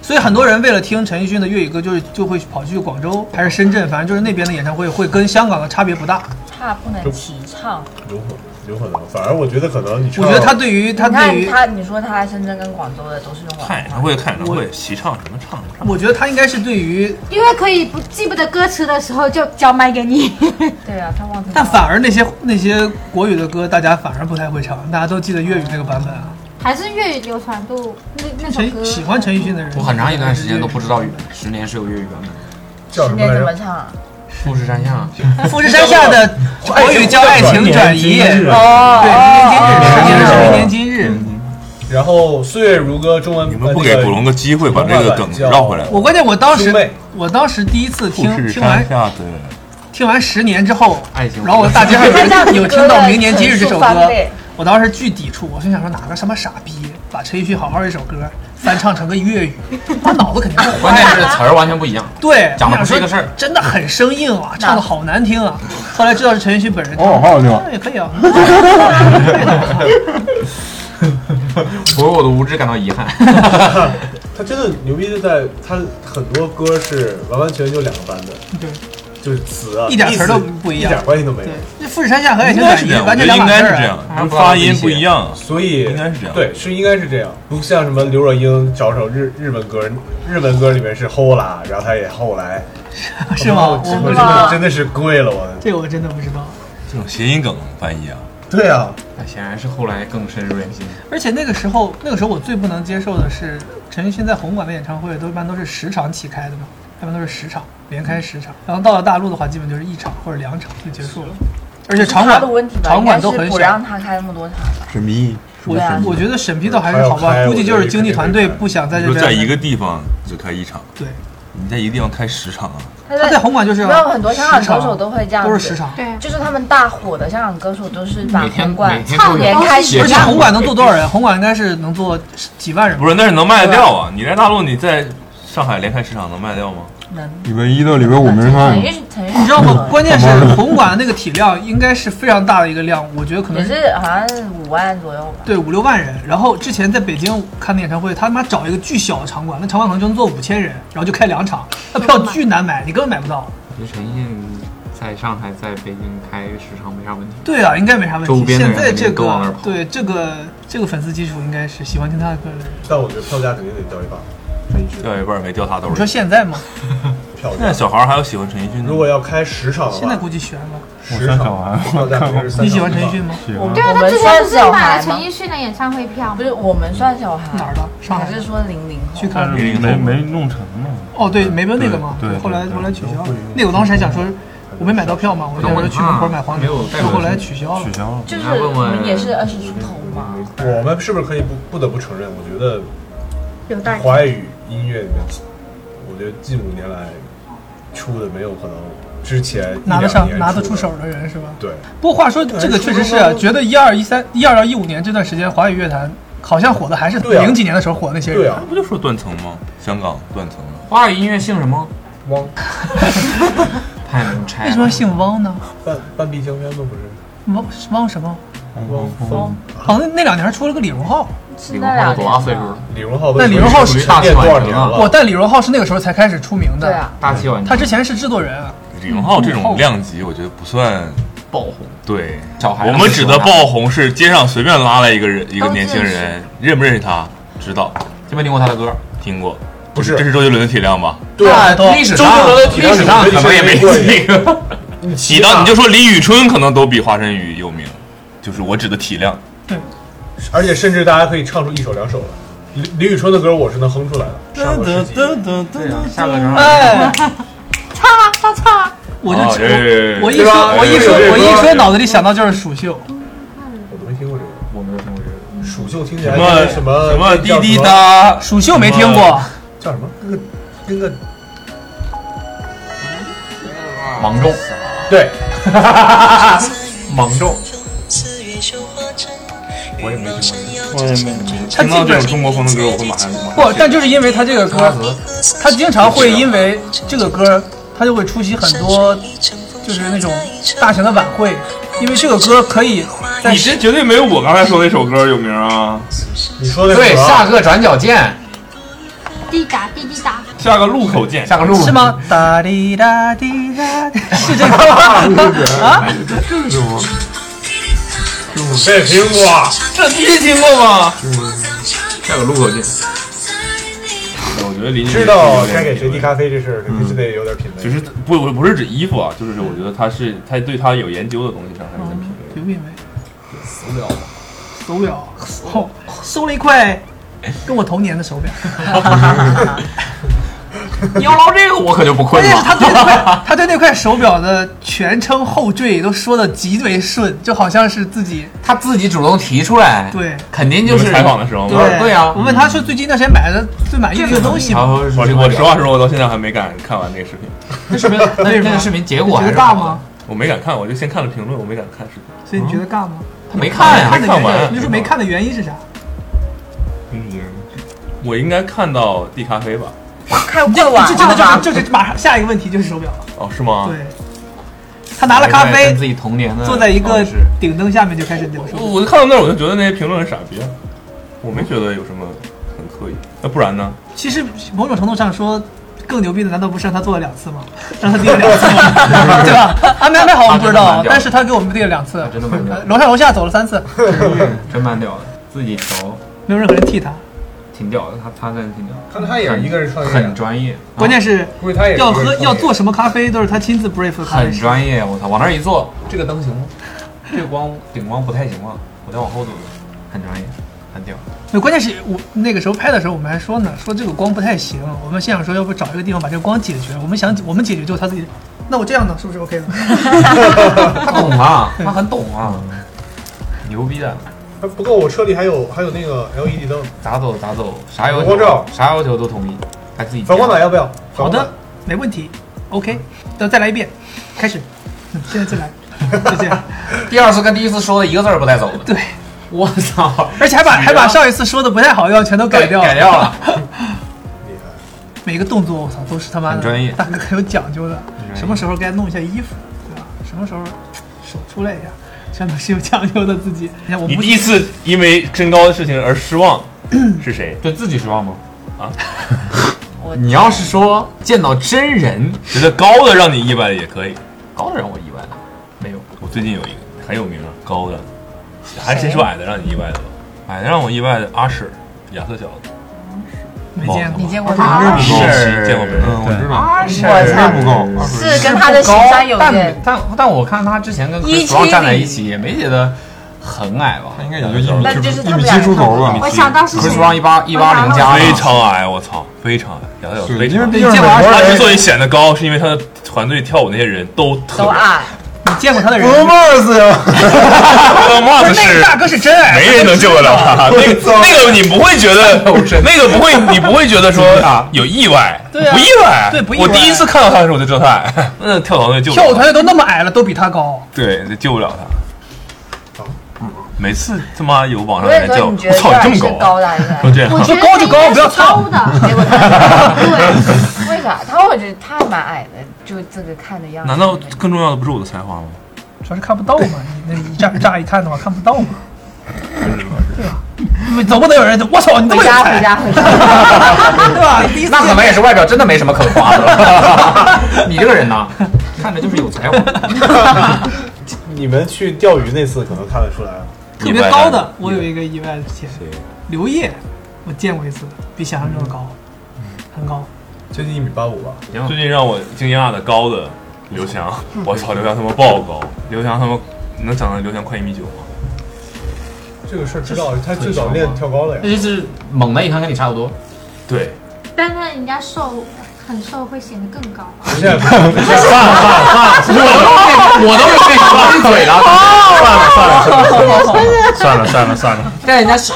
Speaker 5: 所以很多人为了听陈奕迅的粤语歌，就是就会跑去广州还是深圳，反正就是那边的演唱会会跟香港的差别不大。
Speaker 16: 他不能齐唱。
Speaker 4: 有可能，有可能。反而我觉得可能你唱，
Speaker 5: 我觉得他对于他
Speaker 16: 你
Speaker 5: 对
Speaker 16: 看
Speaker 5: 于，
Speaker 16: 他，你说他深圳跟广州的都是用广
Speaker 10: 看演唱会看演唱会，齐唱什么唱什么
Speaker 5: 我觉得他应该是对于，
Speaker 12: 因为可以不记不得歌词的时候就交麦给你。
Speaker 16: 对啊，他忘记。
Speaker 5: 但反而那些那些国语的歌，大家反而不太会唱，大家都记得粤语那个版本啊。
Speaker 12: 还是粤语流传度那那首歌
Speaker 5: 陈喜欢陈奕迅的人，
Speaker 7: 我很长一段时间都不知道十年是有粤语版本。
Speaker 4: 叫
Speaker 16: 十年怎么唱啊？
Speaker 7: 富士山啊下，
Speaker 5: 富士山下的国语叫爱情转移，
Speaker 16: 哦
Speaker 5: 对，明年今日，十年是明年今日。
Speaker 4: 然后岁月如歌中文，你呃们
Speaker 10: 不给古龙个机会把这个梗绕回来
Speaker 5: 我关键我当时我当时第一次听
Speaker 10: 富士
Speaker 5: 听完
Speaker 10: 山下的
Speaker 5: 听完十年之后，
Speaker 7: 爱情
Speaker 5: 然后我大街上有人有听到《明年今日》这首
Speaker 16: 陈述方
Speaker 5: 歌
Speaker 16: 位，
Speaker 5: 我当时巨抵触，我心想说哪个什么傻逼把陈奕迅好好一首歌翻唱成个粤语，他脑子肯定是
Speaker 7: 关
Speaker 5: 坏
Speaker 7: 键是
Speaker 5: 了。
Speaker 7: 词儿完全不一样。
Speaker 5: 对，
Speaker 7: 讲的
Speaker 5: 我
Speaker 7: 不
Speaker 5: 想
Speaker 7: 是
Speaker 5: 说
Speaker 7: 一个事儿。
Speaker 5: 真的很生硬啊，唱的好难听啊。后来知道是陈奕迅本人唱的，
Speaker 8: 哦好好听啊
Speaker 5: 那也可以啊。 [LAUGHS]
Speaker 7: 我为我的无知感到遗憾。
Speaker 4: [LAUGHS] 他真的牛逼就在他很多歌是完完全全就两个版本，
Speaker 5: 对，
Speaker 4: 就是词啊，
Speaker 5: 一点词儿都不一样
Speaker 4: 一点关系都没有
Speaker 5: 对。那富士山下和爱情
Speaker 4: 应该
Speaker 5: 转
Speaker 4: 是
Speaker 5: 移
Speaker 4: 这样
Speaker 5: 完全两
Speaker 4: 我
Speaker 5: 码
Speaker 4: 觉
Speaker 5: 事
Speaker 4: 得
Speaker 5: 儿啊。
Speaker 4: 嗯
Speaker 10: 发音
Speaker 7: 啊
Speaker 10: 不一样
Speaker 4: 所以
Speaker 10: 应该是这样
Speaker 4: 对，是应该是这样，不像什么刘若英找首日日本歌，日本歌里面是 hola，然后他也后来，
Speaker 5: 是吗
Speaker 4: 哦我真
Speaker 5: 我不
Speaker 4: 的
Speaker 5: 知道
Speaker 4: 真的是跪了我。
Speaker 5: 这个我真的不知道。
Speaker 10: 这种谐音梗翻译啊，
Speaker 4: 对啊，
Speaker 7: 那显然是后来更深入人心。
Speaker 5: 而且那个时候，那个时候我最不能接受的是，陈奕迅在红馆的演唱会都一般都是十场起开的嘛，一般都是十场连开十场，然后到了大陆的话，基本就是一场或者两场就结束了，而且场
Speaker 16: 他
Speaker 5: 馆
Speaker 16: 的问题吧，
Speaker 5: 场馆都
Speaker 16: 应该
Speaker 5: 很
Speaker 16: 是不
Speaker 5: 小
Speaker 16: 让。他开那么多场吧。
Speaker 10: 什么意义？
Speaker 5: 我
Speaker 16: 对啊
Speaker 5: 我觉得审批倒还是好吧，估计就是经纪团队不想在
Speaker 10: 你
Speaker 5: 这
Speaker 10: 说
Speaker 5: 边。
Speaker 10: 在一个地方只开一场，
Speaker 5: 对，
Speaker 10: 你在一个地方开十场啊，
Speaker 5: 他在红馆就是啊
Speaker 16: 没有很多香港歌手都会这样子，
Speaker 5: 都是时长
Speaker 16: 对，就是他们大火的香港歌手都是把
Speaker 10: 每天
Speaker 16: 红馆
Speaker 10: 每天都有
Speaker 16: 连开始
Speaker 10: 而且
Speaker 5: 那红馆能坐多少人？红馆应该是能坐几万人吧。
Speaker 10: 不是，那是能卖得掉啊！你在大陆，你在上海连开市场能卖掉吗？
Speaker 16: 能。
Speaker 8: 礼拜一到礼拜五没人
Speaker 10: 嗯
Speaker 8: 看，
Speaker 5: 你知道吗？
Speaker 7: 嗯
Speaker 5: 关键是红馆的那个体量应该是非常大的一个量，我觉得可
Speaker 16: 也
Speaker 5: 能
Speaker 16: 是好像是五万左右吧。
Speaker 5: 对，五六万人。然后之前在北京看的演唱会，他妈找一个巨小的场馆，那场馆可能就能坐五千人，然后就开两场，那票巨难买，你根本买不到。
Speaker 7: 我觉得陈奕迅在上海、在北京开时长没啥问题。
Speaker 5: 对啊，应该没啥问
Speaker 7: 周
Speaker 5: 题。
Speaker 7: 边的
Speaker 5: 现
Speaker 7: 人
Speaker 5: 在这
Speaker 7: 都往那儿
Speaker 5: 个
Speaker 7: 跑
Speaker 5: 对这个这个粉丝基础应该是喜欢听他的歌的人。
Speaker 4: 但我觉得票价肯定得掉一半，陈奕迅
Speaker 10: 掉一半没掉他兜
Speaker 5: 你
Speaker 10: 里
Speaker 5: 说。现在吗？
Speaker 4: 票
Speaker 10: 现在小孩还有喜欢陈奕迅的？
Speaker 4: 如果要开十场的
Speaker 5: 现在
Speaker 4: 话，
Speaker 5: 估计悬了。
Speaker 4: 十
Speaker 10: 啊
Speaker 4: 场票价肯定是三。
Speaker 5: 你喜欢陈奕迅吗？
Speaker 12: 对啊，
Speaker 16: 我
Speaker 12: 他
Speaker 16: 们
Speaker 12: 之前不是
Speaker 16: 算小
Speaker 12: 买
Speaker 16: 孩
Speaker 12: 了陈
Speaker 16: 吗
Speaker 12: 奕迅的演唱会票吗
Speaker 16: 不？是我们算小孩，哪
Speaker 5: 儿的？上海
Speaker 16: 还是说零零后？
Speaker 5: 去看
Speaker 3: 没没没弄成嘛。
Speaker 5: 哦，对，梅奔那个吗？
Speaker 3: 对对
Speaker 5: 后来
Speaker 3: 对
Speaker 5: 后来取消了。那个我当时还想说，我没买到票嘛，我就想说去门
Speaker 4: 啊
Speaker 5: 口买黄牛，就后来取消了。
Speaker 3: 取消了
Speaker 16: 就是我们也是二十出头嘛。
Speaker 4: 我们是不是可以不不得不承认？我觉得
Speaker 12: 有代
Speaker 4: 华语音乐里面，我觉得近五年来出的没有可能之前一
Speaker 5: 拿得
Speaker 4: 两
Speaker 5: 上、
Speaker 4: 年
Speaker 5: 拿得
Speaker 4: 出
Speaker 5: 出手的人是吧？
Speaker 4: 对，
Speaker 5: 不过话说，这个确实是啊，觉得一二一三一二到一五年这段时间，华语乐坛好像火的还是
Speaker 10: 对啊
Speaker 5: 零几年的时候火的那些人。
Speaker 10: 对啊，不就说断层吗？香港断层了，
Speaker 7: 华语音乐姓什么？
Speaker 4: 汪。
Speaker 7: 太能拆
Speaker 5: 为什么要姓汪呢？
Speaker 4: 半半壁江山吗？不是
Speaker 5: 汪汪什么？
Speaker 7: 嗯
Speaker 4: 汪峰。
Speaker 5: 哦，那那两年还出了个李荣浩。
Speaker 4: 李荣浩多大岁数了？李荣浩都
Speaker 5: 但李荣浩是
Speaker 4: 属于大器晚
Speaker 7: 啊
Speaker 4: 成了练多少年了
Speaker 5: 我但李荣浩是那个时候才开始出名的。对啊
Speaker 7: 大器晚成
Speaker 5: 他之前是制作人啊。
Speaker 10: 李荣浩这
Speaker 6: 嗯
Speaker 10: 种量级，我觉得不算爆红。对，
Speaker 7: 小孩
Speaker 10: 我们指的爆红是街上随便拉来一个人，一个年轻人，认不认识他？知道。
Speaker 7: 有没有听过他的歌？
Speaker 10: 听过。不是，这是周杰伦的体量吧？
Speaker 4: 对啊都
Speaker 7: 历史
Speaker 4: 周杰
Speaker 7: 上
Speaker 4: 伦的体量
Speaker 7: 历史上可能也没
Speaker 4: 你是
Speaker 7: 几个。
Speaker 10: 你当你就说李宇春可能都比华晨宇有名，就是我指的体量。
Speaker 4: 而且甚至大家可以唱出一首两首来。李李宇春的歌我是能哼出来的，上个世纪。
Speaker 7: 对啊，下个时候
Speaker 5: 哎，唱啊，上唱啊！我就
Speaker 4: 哦
Speaker 5: 知
Speaker 4: 对
Speaker 5: 我我一
Speaker 4: 对吧
Speaker 5: 说，我一
Speaker 4: 有这
Speaker 5: 说，
Speaker 4: 个
Speaker 5: 我
Speaker 4: 歌
Speaker 5: 一说，脑子里想到就是蜀绣。
Speaker 4: 我都没听过这个，
Speaker 7: 我没有听过这个。嗯
Speaker 4: 蜀绣听起来跟什么叫什么
Speaker 5: 蜀绣没听过。
Speaker 4: 叫什么？跟个跟个
Speaker 7: 芒种，
Speaker 4: 对，
Speaker 7: 芒种，
Speaker 6: 我也没听过，
Speaker 3: 我也没
Speaker 5: 他
Speaker 6: 听到
Speaker 5: 基
Speaker 6: 这
Speaker 5: 本
Speaker 6: 种中国风的歌，我会马上马上
Speaker 5: 不，但就是因为他这个歌，他经常会因为这个歌，他就会出席很多就是那种大型的晚会，因为这个歌可以在
Speaker 6: 你这绝对没有我刚才说那首歌有名啊！
Speaker 4: 你说
Speaker 5: 那首啊对下
Speaker 7: 个转角见，
Speaker 12: 滴答滴滴答，
Speaker 6: 下个路口见，
Speaker 7: 下个路
Speaker 5: 是吗？哒滴哒滴哒，是这个啊？
Speaker 4: 这听过，
Speaker 7: [LAUGHS]
Speaker 4: 啊
Speaker 7: 这你也听过吗？
Speaker 6: 下个路口见。我觉得理解
Speaker 4: 知道该给谁递咖啡这事儿，肯定是得有点品味。
Speaker 6: 就是不不不是指衣服啊，就是我觉得他是他对他有研究的东西上还是很品
Speaker 5: 有品味，手表，哦，收了一块跟我同年的手 [LAUGHS] 表。
Speaker 7: 你要唠这个，我可就不困
Speaker 5: 关键是他
Speaker 7: 了。
Speaker 5: 对那块，他对那块手表的全称后缀都说的极为顺，就好像是自己
Speaker 7: 他自己主动提出来，
Speaker 5: 对， [LAUGHS]
Speaker 7: 肯定就是
Speaker 6: 你们采访的时候吗
Speaker 7: 对对啊，
Speaker 5: 我问他说最近一段时间买的最满意的东西
Speaker 6: 然后
Speaker 5: 吗？
Speaker 6: 我我实话说，我到现在还没敢看完那个视频。
Speaker 7: 那视频那那个视频结果还是
Speaker 5: 大吗？
Speaker 6: 我没敢看，我就先看了评论，我没敢看视频。
Speaker 5: 所以你觉得尬
Speaker 7: 嗯
Speaker 5: 吗？
Speaker 6: 他没看呀
Speaker 5: 看的原因
Speaker 6: 没看完
Speaker 5: 你就说没看的原因是啥？
Speaker 6: 我应该看到地咖啡吧？
Speaker 16: 看
Speaker 5: 这啊
Speaker 16: 过完
Speaker 5: 这真的就是就是马上下一个问题就是手表了。
Speaker 6: 哦，是
Speaker 7: 啊
Speaker 6: 吗？
Speaker 5: 对，他拿了咖啡，
Speaker 7: 自己童年的
Speaker 5: 坐在一
Speaker 6: 方
Speaker 5: 个
Speaker 6: 式
Speaker 5: 顶灯下面就开始聊手
Speaker 6: 我
Speaker 5: 表。
Speaker 6: 我就看到那儿，我就觉得那些评论很傻逼啊，我没觉得有什么很刻意。那不然呢？
Speaker 5: 其实某种程度上说，更牛逼的难道不是让他做了两次吗？ [LAUGHS] 让他订了两次吗？ [LAUGHS] 对吧？安排安排好我们不知道，但是他给我们订了两次，
Speaker 7: 真的蛮屌的，
Speaker 5: 楼上楼下走了三次，
Speaker 7: [LAUGHS] 真蛮屌的，自己调
Speaker 5: 没有任何人替他。
Speaker 7: 挺屌的，他他真的挺屌的。
Speaker 5: 看他也是一个人创业啊
Speaker 7: 很专业，
Speaker 5: 关键是
Speaker 7: 估计他也是
Speaker 5: 要
Speaker 7: 一个
Speaker 5: 喝
Speaker 7: 创业
Speaker 5: 要做什么咖啡都是他亲自 brief 的咖啡
Speaker 7: 很
Speaker 5: 师。
Speaker 7: 专业。我操，往那儿一坐，这个灯行吗？这个光顶光不太行吧？我再往后走走，很专业，很
Speaker 5: [LAUGHS]
Speaker 7: 屌。
Speaker 5: 那关键是我那个时候拍的时候，我们还说呢，说这个光不太行，我们现场说要不找一个地方把这个光解决。我们想我们解决就是他自己，那我这样呢，是不是 [LAUGHS] OK 的？
Speaker 7: 他懂啊，他很懂啊，牛逼啊！
Speaker 4: 不够，我车里还有还有那个 LED 灯，
Speaker 7: 咋走咋走，啥要
Speaker 4: 我
Speaker 7: 求
Speaker 4: 照
Speaker 7: 啥要求都同意，他自己
Speaker 4: 反光板要不要？反
Speaker 5: 好
Speaker 4: 光板
Speaker 5: 的，没问题，OK。那再来一遍，开始，嗯现在再 [LAUGHS] 来，就这样。
Speaker 7: 第二次跟第一次说的一个字儿不带走的。
Speaker 5: 对，
Speaker 7: 我操！
Speaker 5: 而且还把还把上一次说的不太好的地方全都 [LAUGHS] 改掉
Speaker 7: 改掉了，
Speaker 5: 每个动作我操都是他妈的
Speaker 7: 很专业
Speaker 5: 大哥很有讲究的。
Speaker 7: 专业
Speaker 5: 什么时候该弄一下衣服，对吧？什么时候手出来一下，全都是有讲究的自己。你看我
Speaker 6: 你
Speaker 5: 不
Speaker 6: 第一次因为身高的事情而失望是谁？
Speaker 7: 对自己失望吗？
Speaker 6: 啊？
Speaker 7: 你要是说见到真人，
Speaker 6: 觉得高的让你意外的也可以，
Speaker 7: 高的让我意外的没有。
Speaker 6: 我最近有一个很有名啊，高的，还谁说矮的让你意外的吧？矮的让我意外的阿婶，亚瑟小子，
Speaker 5: 没
Speaker 6: 见
Speaker 16: 你见过
Speaker 6: 阿
Speaker 16: 他吗？
Speaker 6: 婶见过没？嗯，我知
Speaker 7: 阿婶
Speaker 6: 不高，
Speaker 16: 是跟他的
Speaker 7: 高
Speaker 16: 形象有
Speaker 7: 但
Speaker 16: 点
Speaker 7: 但但我看他之前跟 Chris
Speaker 16: 170
Speaker 7: Brown 站在一起，也没觉得很
Speaker 4: 哎
Speaker 7: 矮吧？他应该也就一
Speaker 16: 那就是他们俩一米七出头吧我想到是谁
Speaker 7: Chris Brown 一八一八零加
Speaker 6: 非常矮，我操，非常矮，杨小非常矮。
Speaker 7: 因为毕竟美国人
Speaker 6: 他之所以显得高，是因为他的团队跳舞那些人都特
Speaker 16: 都
Speaker 6: 别
Speaker 16: 矮，
Speaker 5: 你见过他的
Speaker 7: [LAUGHS]
Speaker 5: 人。
Speaker 8: Bruno Mars 呀
Speaker 10: Bruno Mars
Speaker 5: 不那
Speaker 10: 是
Speaker 5: 个大哥是真爱，
Speaker 10: 没人能救得了 [LAUGHS] 他。那个那个你不会觉得，那个不会，你不会觉得说有意外，
Speaker 5: [LAUGHS] 对啊
Speaker 10: 不意外，
Speaker 5: 对不意
Speaker 10: 我
Speaker 5: 外
Speaker 10: 第一次看到他的时候我就知道他 [LAUGHS] 矮，那跳槽队救不
Speaker 5: 跳舞
Speaker 10: 了
Speaker 5: 团队都那么矮了，都比他高。
Speaker 10: 对，就救不了他。嗯每次他妈有网上
Speaker 16: 我也
Speaker 10: 人
Speaker 16: 说
Speaker 10: 叫，
Speaker 16: 你觉
Speaker 10: 我
Speaker 16: 得
Speaker 10: 操，你这么
Speaker 16: 是
Speaker 10: 高啊，
Speaker 16: 高的，应该。
Speaker 10: 都这样
Speaker 16: 我觉得
Speaker 5: 高就高
Speaker 16: 他应该是
Speaker 5: 不要操
Speaker 16: 高的，结果他 [LAUGHS] 对， [LAUGHS] 为啥？他我觉得他蛮矮的，就这个看的样子。
Speaker 10: 难道更重要的不是我的才华吗？ [LAUGHS]
Speaker 5: 主要是看不到嘛，你那一乍乍一看的话看不到嘛，对吧？总不能有人就我操你这么有才，
Speaker 16: 家回家，
Speaker 5: [LAUGHS] 对吧？第一次
Speaker 7: 那可能也是外表真的没什么可夸的了。你这个人呐，看着就是有才华。
Speaker 17: 你们去钓鱼那次可能看得出来，
Speaker 5: 特别高的，我有一个意外的体验，刘烨，我见过一次，比想象中的高，很高，
Speaker 17: 接近一米八五吧。
Speaker 10: 最近让我惊讶的高的刘翔，
Speaker 5: 嗯
Speaker 10: 我操，刘翔他妈爆高，刘翔他妈能长到刘翔快一米九吗？
Speaker 17: 这个事儿知道，他最早练跳高了呀。
Speaker 7: 那就是猛的一看跟你差不多。
Speaker 10: 对，
Speaker 12: [LAUGHS] 但是人家瘦很瘦会显得更高。
Speaker 17: 现在
Speaker 7: 算了算了，我都我都被双腿了。
Speaker 3: 算了
Speaker 10: [LAUGHS]
Speaker 3: 算了算了算了算了算了，
Speaker 18: 但人家收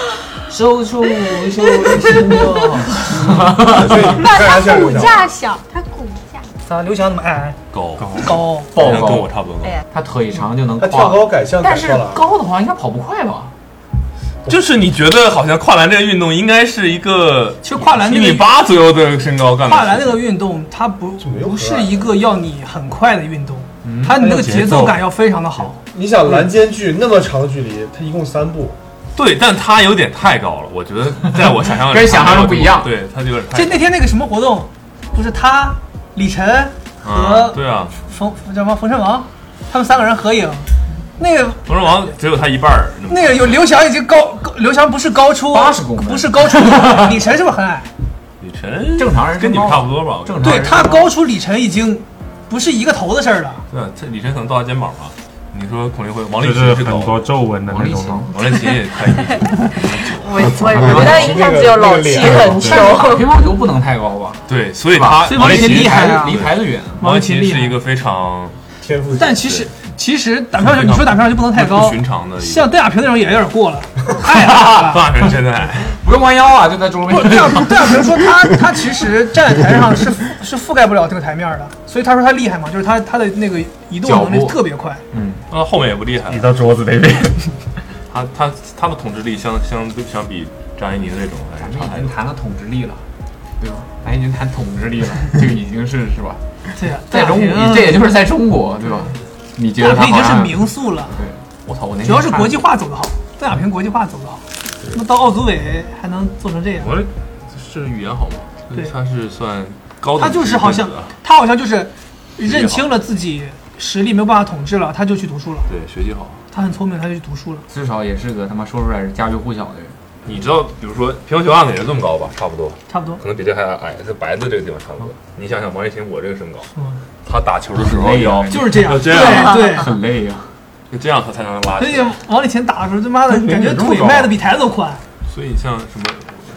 Speaker 18: 收出收出，
Speaker 12: 那他骨架小，他骨架
Speaker 5: 咋刘翔那么矮？
Speaker 10: 高高
Speaker 5: 高
Speaker 7: 爆高，
Speaker 10: 跟我差不多高。
Speaker 5: 哎
Speaker 7: 他腿长就能
Speaker 17: 他
Speaker 7: 跨，
Speaker 17: 跳高改向改
Speaker 7: 但是
Speaker 17: 错
Speaker 4: 啊
Speaker 17: 了
Speaker 7: 高的话应该跑不快吧？
Speaker 10: 就是你觉得好像跨栏这个运动应该是一个，
Speaker 5: 其实跨栏
Speaker 10: 一
Speaker 5: 那个
Speaker 10: 米八左右的身高干的。
Speaker 5: 跨栏那个运动，它不不是一个要你很快的运动，
Speaker 10: 嗯
Speaker 5: 它你那个
Speaker 10: 它有节
Speaker 5: 节奏
Speaker 10: 奏
Speaker 5: 感要非常的好。
Speaker 17: 你想拦间距那么长距离，他一共三步，
Speaker 10: 对，但他有点太高了，我觉得在我想象的
Speaker 17: 跟想象中不一样
Speaker 10: 对，他有点太
Speaker 5: 就那天那个什么活动，不是他李晨
Speaker 10: 啊，
Speaker 5: 和
Speaker 10: 对啊，
Speaker 5: 冯叫什么冯晨王，他们三个人合影，那个
Speaker 10: 冯绍王只有他一半儿那么
Speaker 5: 那个有刘翔已经高，高刘翔不是高出八十公分，不是 [LAUGHS] 高出，李晨是不是很矮？
Speaker 10: 李晨
Speaker 7: 正常人
Speaker 10: 跟你们差不多吧？我觉得
Speaker 5: 对
Speaker 7: 啊
Speaker 5: 他高出李晨已经不是一个头的事儿了。
Speaker 10: 对啊，这李晨可能到他肩膀吧。你说孔令辉、王
Speaker 3: 就
Speaker 10: 励
Speaker 3: 是
Speaker 10: 勤是
Speaker 3: 很
Speaker 10: 高，
Speaker 3: 多皱纹的那种。
Speaker 10: 王励勤也快一米九。
Speaker 16: 我我我的印象只有老
Speaker 4: 啊
Speaker 16: 七很瘦。
Speaker 7: 乒乓球不能太高吧？
Speaker 10: 对，所以
Speaker 7: 是吧
Speaker 10: 他
Speaker 7: 所以王励勤
Speaker 10: 离
Speaker 7: 厉害啊
Speaker 10: 离
Speaker 7: 离牌子远
Speaker 10: 王励
Speaker 7: 王励勤
Speaker 10: 勤
Speaker 7: 厉
Speaker 10: 是
Speaker 7: 害
Speaker 10: 一个非常
Speaker 17: 天赋，
Speaker 5: 但其实其实打乒乓球，你说打乒乓球不能太高
Speaker 10: 不，寻常的一个。
Speaker 5: 像邓亚萍那种也有点
Speaker 7: [LAUGHS]
Speaker 5: 过了。
Speaker 10: [LAUGHS] 大人真 [LAUGHS] 的矮，
Speaker 7: 不用弯腰啊，就在周边。
Speaker 5: 邓亚邓亚萍说他他其实站在台上
Speaker 7: [LAUGHS]
Speaker 5: 是是覆盖不了这个台面的，所以他说他厉害嘛，就是他他的那个移动
Speaker 10: 脚
Speaker 5: 能力
Speaker 10: 步
Speaker 5: 特别快。
Speaker 10: 嗯，那后面也不厉害，移到
Speaker 3: 桌子那边。
Speaker 10: [LAUGHS] 他他他的统治力相相相比张怡宁这种还是差
Speaker 7: 咱
Speaker 10: 太
Speaker 7: 已经
Speaker 10: 多。
Speaker 7: 谈了统治力了，对吧？咱已经谈统治力了，这个已经是是吧？
Speaker 5: 对啊
Speaker 7: 在中
Speaker 5: 邓亚萍
Speaker 7: 国，这也就是在中国，对吧？你觉得
Speaker 5: 邓
Speaker 7: 他
Speaker 5: 亚萍已
Speaker 7: 好
Speaker 5: 经是
Speaker 7: 像
Speaker 5: 名宿了，
Speaker 7: 对，我操，我那天
Speaker 5: 主要是
Speaker 7: 看
Speaker 5: 国际化走得好，邓亚萍国际化走得好，那到奥组委还能做成这样。
Speaker 10: 我这 [LAUGHS] 是语言好吗？
Speaker 5: 对
Speaker 10: 他是算高等
Speaker 5: 他就是
Speaker 10: 知识
Speaker 5: 好像
Speaker 10: 分子啊
Speaker 5: 他好像就是认清了自己实力没有办法统治了，他就去读书了。
Speaker 10: 对学习好。
Speaker 5: 他很聪明，他就去读书了。
Speaker 7: 至少也是个他妈说出来是家喻户晓的人。
Speaker 10: 你知道，比如说乒乓球案也是这么高吧，差不多，
Speaker 5: 差不多
Speaker 10: 可能比这还矮，在白子这个地方差不
Speaker 6: 嗯
Speaker 10: 多。你想想王励勤，我这个身高
Speaker 5: 嗯，
Speaker 10: 他打球的时候
Speaker 7: 很累
Speaker 10: 腰
Speaker 7: 啊就是这样
Speaker 10: 要这样，
Speaker 5: 对对
Speaker 7: 很累呀，
Speaker 10: 就这样他才能
Speaker 5: [LAUGHS]
Speaker 10: 拉
Speaker 5: 所
Speaker 10: 起
Speaker 5: 以
Speaker 10: 来。
Speaker 5: 往里前打的时候，他
Speaker 10: [LAUGHS]
Speaker 5: 妈的感觉腿迈的比台子都宽。
Speaker 10: 所以像什么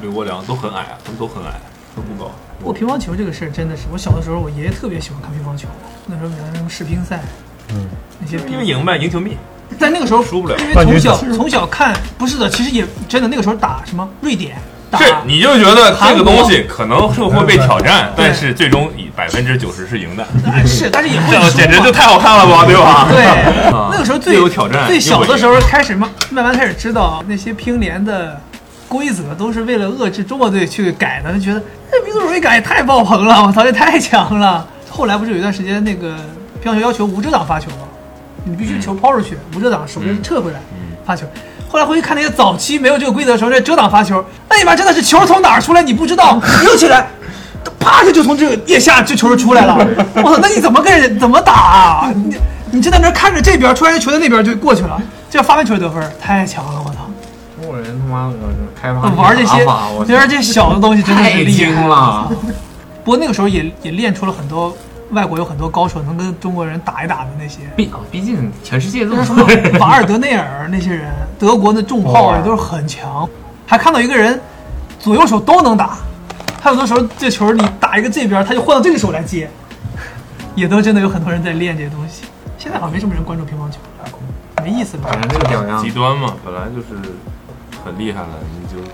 Speaker 10: 刘国梁都很矮啊，他们都很矮，都不高。
Speaker 5: 我乒乓球这个事儿真的是，我小的时候我爷爷特别喜欢看乒乓球，那时候有什么世乒赛，
Speaker 10: 嗯，
Speaker 5: 那些
Speaker 10: 因为赢呗，赢球命。
Speaker 5: 但那个时候输
Speaker 10: 不了
Speaker 5: 因为
Speaker 10: 冠
Speaker 5: 从
Speaker 10: 军
Speaker 5: 小
Speaker 10: 是
Speaker 5: 从小看，不是的，其实也真的那个时候打什么瑞典，打
Speaker 10: 这你就觉得这
Speaker 5: 韩
Speaker 10: 个
Speaker 5: 国
Speaker 10: 东西可能是会被挑战，但是最终以百分之九十是赢的。
Speaker 5: 哎是，但
Speaker 10: [LAUGHS]
Speaker 5: 是也会
Speaker 10: 这
Speaker 5: 输
Speaker 10: 简直
Speaker 5: 嘛
Speaker 10: 就太好看了吧，对吧？
Speaker 5: 对
Speaker 10: 啊，
Speaker 5: 那个时候最
Speaker 10: 又有挑战，
Speaker 5: 最小的时
Speaker 10: 候，
Speaker 5: 候开始慢慢慢开始知道那些乒联的规则都是为了遏制中国队去改的，就觉得哎这民族主义感也太爆棚了，我操，这太强了。后来不是有一段时间那个乒乓球要求无遮挡发球吗？你
Speaker 10: 嗯
Speaker 5: 必须球抛出去，无遮挡，手就是撤回来发球。后来回去看那些早期没有这个规则的时候，这遮挡发球，那你妈真的是球从哪儿出来你不知道，扔起来，啪一下就从这个腋下这球就出来了。我操，那你怎么跟人怎么打啊？你你就在那儿看着这边，突然球在那边就过去了，这样发完球得分，太强了，我操！
Speaker 7: 中国人他妈的开发
Speaker 5: 啊玩这
Speaker 7: 打
Speaker 5: 些
Speaker 7: 法，我，
Speaker 5: 觉得这小的东西真的是
Speaker 7: 太
Speaker 5: 厉
Speaker 7: 精
Speaker 5: 害
Speaker 7: 了。
Speaker 5: 不过那个时候也也练出了很多外国有很多高手能跟中国人打一打的那些，
Speaker 7: 毕啊毕竟全世界这么说
Speaker 5: 什么，瓦尔德内尔那些人，德国的重炮也都是很强。还看到一个人左右手都能打，他有的时候这球你打一个这边，他就换到这个手来接，也都真的有很多人在练这些东西。现在好像没什么人关注乒乓球，没意思了。
Speaker 10: 反正这
Speaker 6: 啊
Speaker 10: 个极端嘛，本来就是很厉害了，你就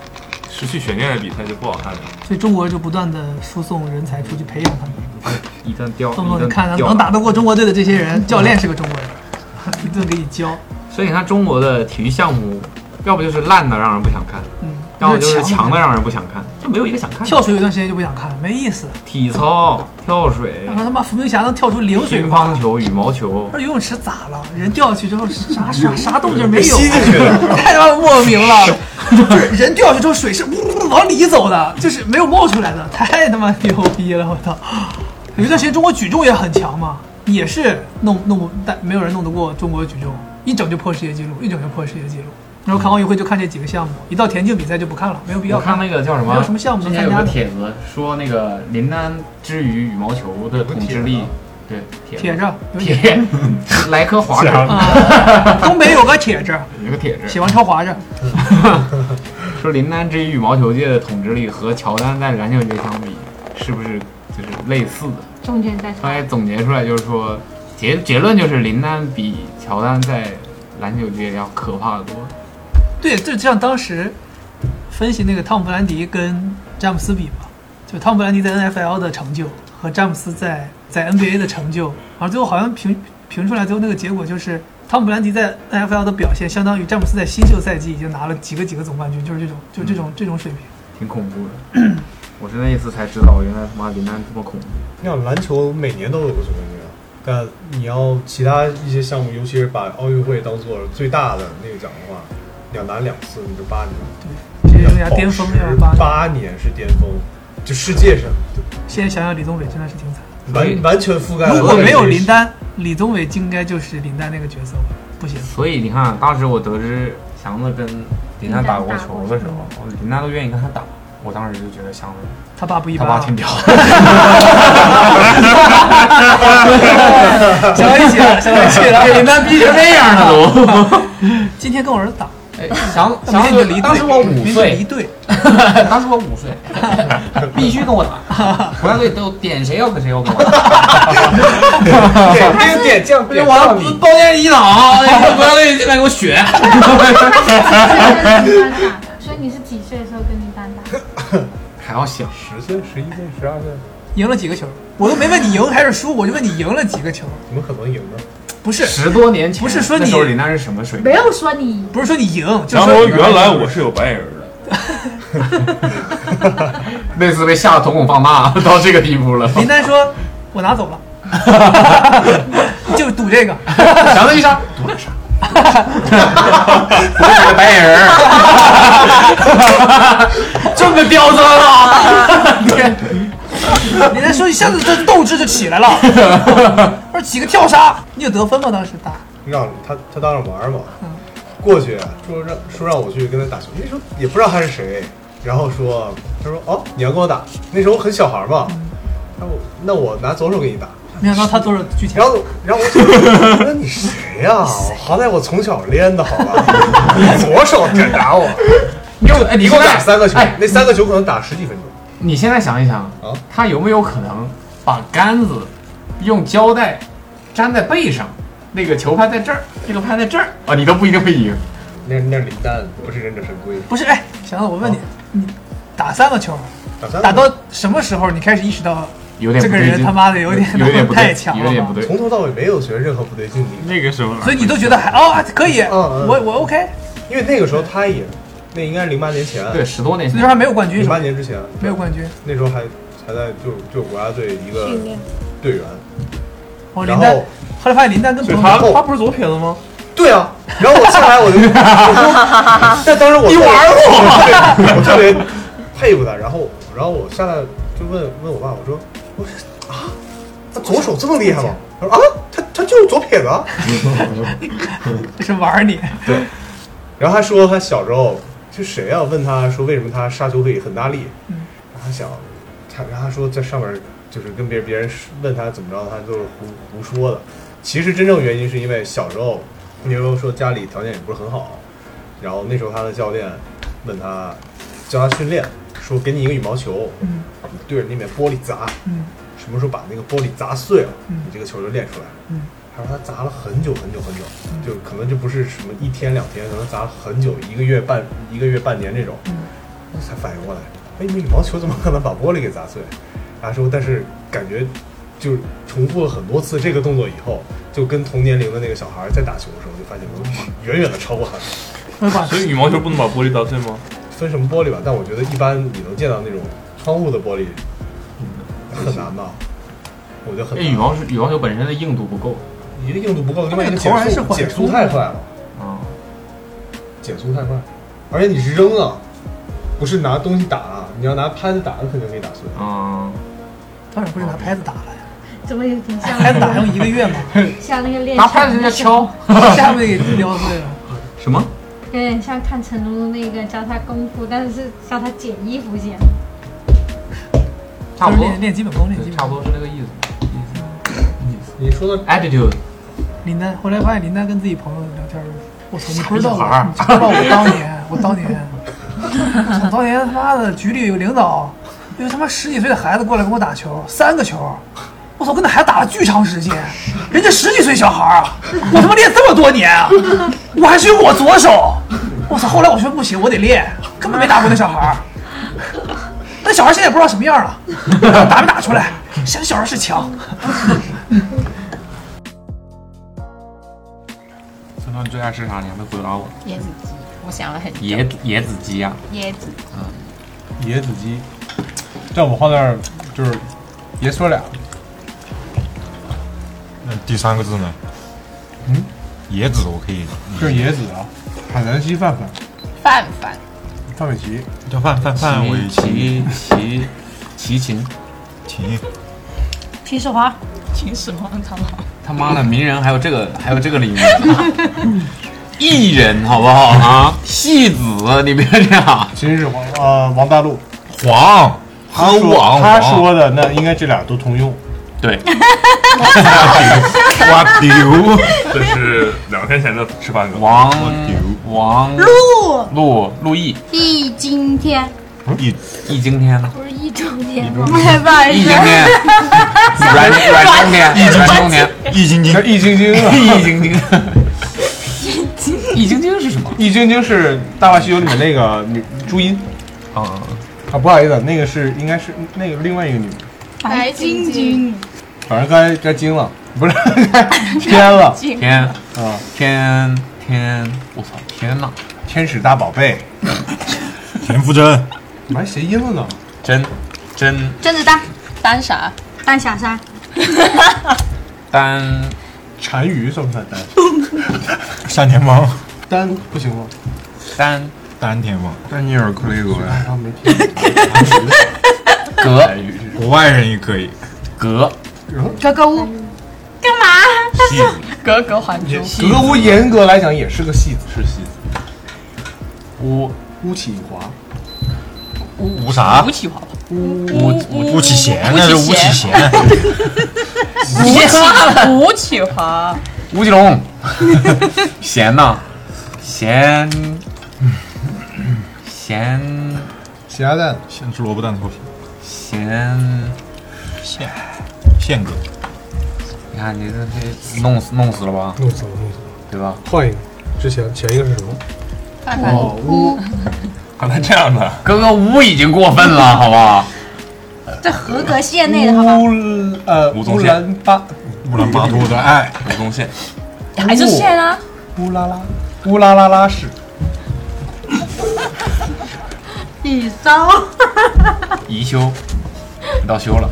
Speaker 10: 失去悬念的比赛就不好看了。
Speaker 5: 所以中国就不断的输送人才出去培养他们。
Speaker 10: 一旦掉
Speaker 5: 动不动你看能打得过中国队的这些人，教练是个中国人， [LAUGHS] 一顿给你教。
Speaker 6: 所以你看中国的体育项目，要不就是烂的让人不想看，
Speaker 5: 嗯，
Speaker 6: 要不就是强的让人不想看。就没有一个想看。
Speaker 5: 跳水有段时间就不想看了，没意思。
Speaker 6: 体操、跳水
Speaker 5: 然、后他妈伏明霞能跳出零水
Speaker 6: 乒
Speaker 5: 花，
Speaker 6: 乓球、羽毛球
Speaker 5: 那，游泳池咋了？人掉下去之后是啥啥啥动静没有？
Speaker 6: 吸进去了
Speaker 5: [LAUGHS] 太他妈莫名
Speaker 7: [LAUGHS]
Speaker 5: 了！就是人掉下去之后，水是呜呜呜往里走的，就是没有冒出来的，太他妈牛逼了！我操！有一段时间中国举重也很强嘛，也是弄弄不，但没有人弄得过中国举重，一整就破世界纪录，一整就破世界纪录。然后看奥运会就看这几个项目，一到田径比赛就不看了，没有必要
Speaker 6: 我看那个叫什
Speaker 5: 没
Speaker 6: 么？
Speaker 5: 有什么项目
Speaker 6: 之
Speaker 5: 能
Speaker 6: 前
Speaker 5: 参
Speaker 6: 有
Speaker 5: 加
Speaker 6: 个
Speaker 5: 的。
Speaker 6: 帖子说那个林丹之于羽毛球的统治力，对，
Speaker 5: 铁子
Speaker 6: 铁，莱科华子
Speaker 5: 啊东北有个铁子，
Speaker 6: 有个帖子，
Speaker 5: 喜欢超华子。
Speaker 6: 说林丹之于羽毛球界的统治力和乔丹在篮球界相比，是不是就是类似的？
Speaker 12: 中间再
Speaker 6: 后来总结出来就是说，结结论就是林丹比乔丹在篮球界要可怕得多。
Speaker 5: 对，就像当时分析那个汤姆布兰迪跟詹姆斯比嘛，就汤姆布兰迪在 NFL 的成就和詹姆斯在在 NBA 的成就，然后最后好像评评出来，最后那个结果就是汤姆布兰迪在 NFL 的表现相当于詹姆斯在新秀赛季已经拿了几个几个总冠军，就是这种就这种、这种水平。
Speaker 6: 挺恐怖的。我是那一次才知道，原来他妈林丹这么恐怖。
Speaker 4: 你想篮球每年都有个总冠军啊，但你要其他一些项目，尤其是把奥运会当做最大的那个奖的话，你要拿两次，你就八年。
Speaker 5: 对，这是人家巅峰要八年
Speaker 4: 八年是巅峰，就世界上
Speaker 5: 现在想想李宗伟真的是挺惨的，
Speaker 4: 完完全覆盖了
Speaker 5: 如果没有林丹，李宗伟就应该就是林丹那个角色吧？不行，
Speaker 6: 所以你看，当时我得知祥子跟林丹打过球的时候，我林丹都愿意跟他打，我当时就觉得祥子
Speaker 5: 他爸不一
Speaker 6: 他
Speaker 5: 般、
Speaker 6: 爸
Speaker 5: 啊。 [LAUGHS]
Speaker 6: 挺屌。
Speaker 5: 想到一起了，想到一起
Speaker 19: [LAUGHS]
Speaker 5: 了，
Speaker 6: 给林丹逼成那样了都。
Speaker 5: 今天跟我儿子打，
Speaker 6: 想
Speaker 5: 明天
Speaker 6: 想
Speaker 5: 就
Speaker 7: [LAUGHS]
Speaker 5: 离队，
Speaker 6: 当时我五
Speaker 5: 明天
Speaker 6: 岁
Speaker 5: 就离队，
Speaker 6: 当时我五岁，必须跟我打，国家队都点谁要跟谁要跟我打。
Speaker 4: 点点将
Speaker 6: 我要包间一档，
Speaker 7: 啊
Speaker 6: 那个国家队进来给我血。
Speaker 12: [LAUGHS] 所以你是几岁的时候跟林丹打？
Speaker 6: 还要小，
Speaker 4: 十岁、十一岁、十二岁，
Speaker 5: 赢了几个球？我都没问你赢还是输，我就问你赢了几个球。
Speaker 4: 怎么可能赢呢？
Speaker 5: 不是
Speaker 6: 十多年前，
Speaker 5: 不是说
Speaker 6: 那
Speaker 5: 你
Speaker 6: 时候林丹是什么水平？
Speaker 12: 没有说你
Speaker 5: 不是说你赢，就
Speaker 19: 然
Speaker 5: 是
Speaker 19: 后
Speaker 5: 说
Speaker 19: 原来我是有白眼儿的，
Speaker 6: 那次被吓得瞳孔放大到这个地步了。
Speaker 5: 林丹说，我拿走了，就赌这个。
Speaker 6: 想了一下，
Speaker 5: 赌了啥？
Speaker 6: 我是个白眼人
Speaker 5: [LAUGHS]
Speaker 6: 儿，这么刁钻啊！天，
Speaker 5: 林丹说一下子这斗志就起来了。我说几个跳杀，你有得分吗？当时打，
Speaker 4: 让他他当着玩儿嘛，过去说让说让我去跟他打球，那时候也不知道他是谁，然后说他说哦你要跟我打，那时候很小孩儿嘛，他说那我拿左手给你打，
Speaker 5: 没想到他都是巨强。
Speaker 4: 然后然后我就 [LAUGHS] 我说你谁呀、好歹我从小练的好吧， [LAUGHS] 你左手敢打 [LAUGHS] 我，
Speaker 6: 你给我哎你给我
Speaker 4: 打
Speaker 6: 看
Speaker 4: 三个球
Speaker 6: 哎，
Speaker 4: 那三个球可能打十几分钟，
Speaker 6: 你现在想一想，
Speaker 4: 啊
Speaker 6: 他有没有可能把杆子用胶带粘在背上？那个球拍在这儿，这个拍在这儿啊，你都不一定会赢。
Speaker 4: 那那是林丹，不是忍者神龟，
Speaker 5: 不是，哎，祥子，我问你，你打三个球，
Speaker 4: 打三个
Speaker 5: 打到什么时候你开始意识到
Speaker 4: 有点
Speaker 5: 这
Speaker 4: 不
Speaker 5: 个
Speaker 4: 对劲
Speaker 5: 人他妈的有点
Speaker 4: 有点不对
Speaker 5: 太强了吧？
Speaker 4: 从头到尾没有觉得任何不对劲。
Speaker 10: 那个时候，
Speaker 5: 所以你都觉得还哦还可以，
Speaker 4: 嗯
Speaker 5: 我我 OK，
Speaker 4: 因为那个时候他也，那应该是零八年前，
Speaker 6: 对10多年前
Speaker 7: [LAUGHS]
Speaker 5: 那时候还没有冠军是
Speaker 4: 零
Speaker 5: 吧
Speaker 4: 八年之前
Speaker 5: 没有冠军。
Speaker 4: 那时候还还在就就国家队一个
Speaker 5: 训练
Speaker 4: 队员，
Speaker 5: 哦，
Speaker 4: 然
Speaker 5: 林丹
Speaker 4: 后，哦
Speaker 5: 后来发现林丹跟
Speaker 4: 所以
Speaker 5: 彭
Speaker 4: 他
Speaker 5: 总
Speaker 4: 他
Speaker 5: 不是左撇子吗？
Speaker 4: 对啊，然后我下来
Speaker 5: [LAUGHS]
Speaker 4: 我就我说，但当时我
Speaker 5: 你玩我
Speaker 4: 对我特别佩服他，然后然后我下来就问问我爸，我说我说啊，他左手这么厉害吗？他说啊，他他就是左撇子啊。
Speaker 5: 这 [LAUGHS] 是玩你。
Speaker 4: 对。然后他说他小时候就谁啊？问他说为什么他杀球可以很大力？
Speaker 5: 嗯
Speaker 4: 然后他想，他然后他说在上面就是跟别人别人问他怎么着，他都是胡胡说的。其实真正原因是因为小时候，因为说家里条件也不是很好，然后那时候他的教练问他教他训练，说给你一个羽毛球，
Speaker 5: 嗯
Speaker 4: 你对着那面玻璃砸，
Speaker 5: 嗯
Speaker 4: 什么时候把那个玻璃砸碎了，
Speaker 5: 嗯
Speaker 4: 你这个球就练出来了。
Speaker 5: 嗯
Speaker 20: 他说他砸了很久很久很久，就可能就不是什么一天两天，可能砸了很久，一个月半一个月半年这种，我才反应过来，哎，那羽毛球怎么可能把玻璃给砸碎？他说，但是感觉就是重复了很多次这个动作以后，就跟同年龄的那个小孩在打球的时候，就发现我远远的超过他。
Speaker 21: 所以羽毛球不能把玻璃砸碎吗？
Speaker 20: [LAUGHS] 分什么玻璃吧，但我觉得一般你能见到那种窗户的玻璃，
Speaker 21: 嗯
Speaker 20: 很难吧？我觉得很
Speaker 22: 那
Speaker 20: 难。
Speaker 22: 哎羽毛球羽毛球本身的硬度不够，
Speaker 20: 一个硬度不够，另外一个
Speaker 22: 投
Speaker 20: 减
Speaker 22: 篮是
Speaker 20: 速
Speaker 22: 缓
Speaker 20: 减速
Speaker 22: 冲
Speaker 20: 太快了，
Speaker 22: 啊，
Speaker 20: 减速太快，而且你是扔啊，不是拿东西打啊，你要拿拍子打，肯定可以打碎
Speaker 22: 啊。
Speaker 5: 当然不是拿拍子打了，
Speaker 12: 怎么有点像
Speaker 5: 拍子打还用一个月吗？ [LAUGHS]
Speaker 12: 像那个练
Speaker 5: 拿拍子人家敲下面给撩碎了。
Speaker 22: 什么？
Speaker 12: 有点像看成龙那个教他功夫，但是是教他剪衣服剪。
Speaker 22: 差不多
Speaker 5: 就是练练基本功，练基本功，
Speaker 22: 差不多是那个意思。
Speaker 20: 你说的
Speaker 22: attitude
Speaker 5: 林丹，后来发现林丹跟自己朋友聊天儿，我操，你不知道
Speaker 22: 傻逼小孩儿
Speaker 5: 我，你不知道我当年，我当年，我当年他妈的局里有领导，有他妈十几岁的孩子过来跟我打球，三个球，我操，跟那孩子打了巨长时间，人家十几岁小孩儿啊，我他妈练这么多年啊，我还是用我左手，我操，后来我说不行，我得练，根本没打过那小孩儿。那小孩儿现在也不知道什么样儿了，打没打出来？谁小孩儿是强？
Speaker 22: 三哥，你最爱
Speaker 10: [LAUGHS]
Speaker 7: 啊
Speaker 22: 吃啥？你还没回答我。
Speaker 23: 椰子鸡，我想了很久。
Speaker 22: 椰子椰子鸡啊，
Speaker 23: 椰子，
Speaker 4: 椰子鸡，但我放那儿就是爷孙俩，
Speaker 10: 那第三个字呢？
Speaker 4: 嗯，
Speaker 10: 野子我可以，
Speaker 4: 就是椰子啊，海南鸡范范
Speaker 23: 范范，
Speaker 4: 范玮琪，
Speaker 10: 叫范范范玮
Speaker 7: 齐齐齐秦，
Speaker 10: 秦
Speaker 24: 秦始皇，
Speaker 23: 秦始皇他妈。
Speaker 7: 他妈的名人还有这个还有这个 [LAUGHS] 里面，艺人好不好啊？戏子，你别这样。
Speaker 4: 秦始皇呃王大陆，
Speaker 10: 黄，
Speaker 4: 他
Speaker 7: 喝
Speaker 4: 说
Speaker 7: 王
Speaker 4: 他
Speaker 7: 王
Speaker 4: 说的那应该这俩都通用，
Speaker 7: 对，
Speaker 10: 我丢，
Speaker 21: 这是两天前的吃饭梗。
Speaker 7: 王王
Speaker 12: 路
Speaker 7: 陆陆毅，
Speaker 12: 易经天
Speaker 10: 易
Speaker 7: 易经天呢？
Speaker 12: 不是易中天
Speaker 7: 吗
Speaker 12: 吗？
Speaker 7: 不好意思易中 [LAUGHS] 天
Speaker 12: 软
Speaker 7: 阮阮中年，哎 [LAUGHS] 阮中年，
Speaker 10: 易筋经，
Speaker 4: 易筋经，啊
Speaker 7: [LAUGHS] 易筋经，
Speaker 4: 易
Speaker 7: 筋经是什么？
Speaker 4: [LAUGHS] 易筋经是《大话西游》里面那个女朱茵
Speaker 7: 啊
Speaker 4: 啊，不好意思，那个是应该是那个另外一个女的，
Speaker 12: 白晶晶，
Speaker 4: 反正该该精了，不是该偏了，
Speaker 7: 天
Speaker 4: 啊
Speaker 7: 天天，我操天呐，
Speaker 4: 天使大宝贝，
Speaker 10: 田馥甄，
Speaker 4: 完谐音了呢，
Speaker 7: 真真
Speaker 12: 甄子丹，丹啥？丹霞山，
Speaker 7: 丹
Speaker 4: 单于算不算
Speaker 7: [LAUGHS]
Speaker 4: 单？
Speaker 10: 单田芳，
Speaker 4: 单不行吗？
Speaker 7: 单
Speaker 10: 单田芳，
Speaker 7: 丹尼尔·克雷格呀，
Speaker 4: 他没
Speaker 7: [LAUGHS]
Speaker 4: 听 [LAUGHS]
Speaker 7: 格，
Speaker 10: 国外人也可以，
Speaker 7: 格，
Speaker 23: 格格巫，干嘛？他
Speaker 10: 戏
Speaker 23: 是格格还珠。
Speaker 4: 格屋严格来讲也是个戏子，
Speaker 7: 是戏子，
Speaker 4: 乌乌起华，
Speaker 10: 吴啥？
Speaker 23: 启华吧，
Speaker 4: 乌
Speaker 10: 吴吴启贤，那是吴启贤，
Speaker 23: 吴启华，
Speaker 7: 啊吴奇隆，闲呐，闲闲
Speaker 4: 咸鸭蛋，
Speaker 10: 先吃萝卜蛋头皮，
Speaker 7: 闲，
Speaker 10: 宪宪哥，
Speaker 7: 你看你这这弄死弄死了吧，
Speaker 4: 弄死了，弄死了，
Speaker 7: 对吧？
Speaker 4: 换一个，之前前一个是什么？
Speaker 23: 范
Speaker 4: 范哦
Speaker 23: 巫，
Speaker 7: 刚才这样的，哥哥吴已经过分了，好不好？
Speaker 12: 这合格线内的好吧？
Speaker 4: 呃，
Speaker 7: 吴宗
Speaker 4: 乌
Speaker 7: 宪，
Speaker 4: 兰巴
Speaker 10: 乌兰巴托的爱，
Speaker 7: 吴宗宪，
Speaker 12: 还是线啊？
Speaker 4: 乌拉拉，乌拉拉拉氏，
Speaker 12: 以骚，
Speaker 7: 宜修，你到修了，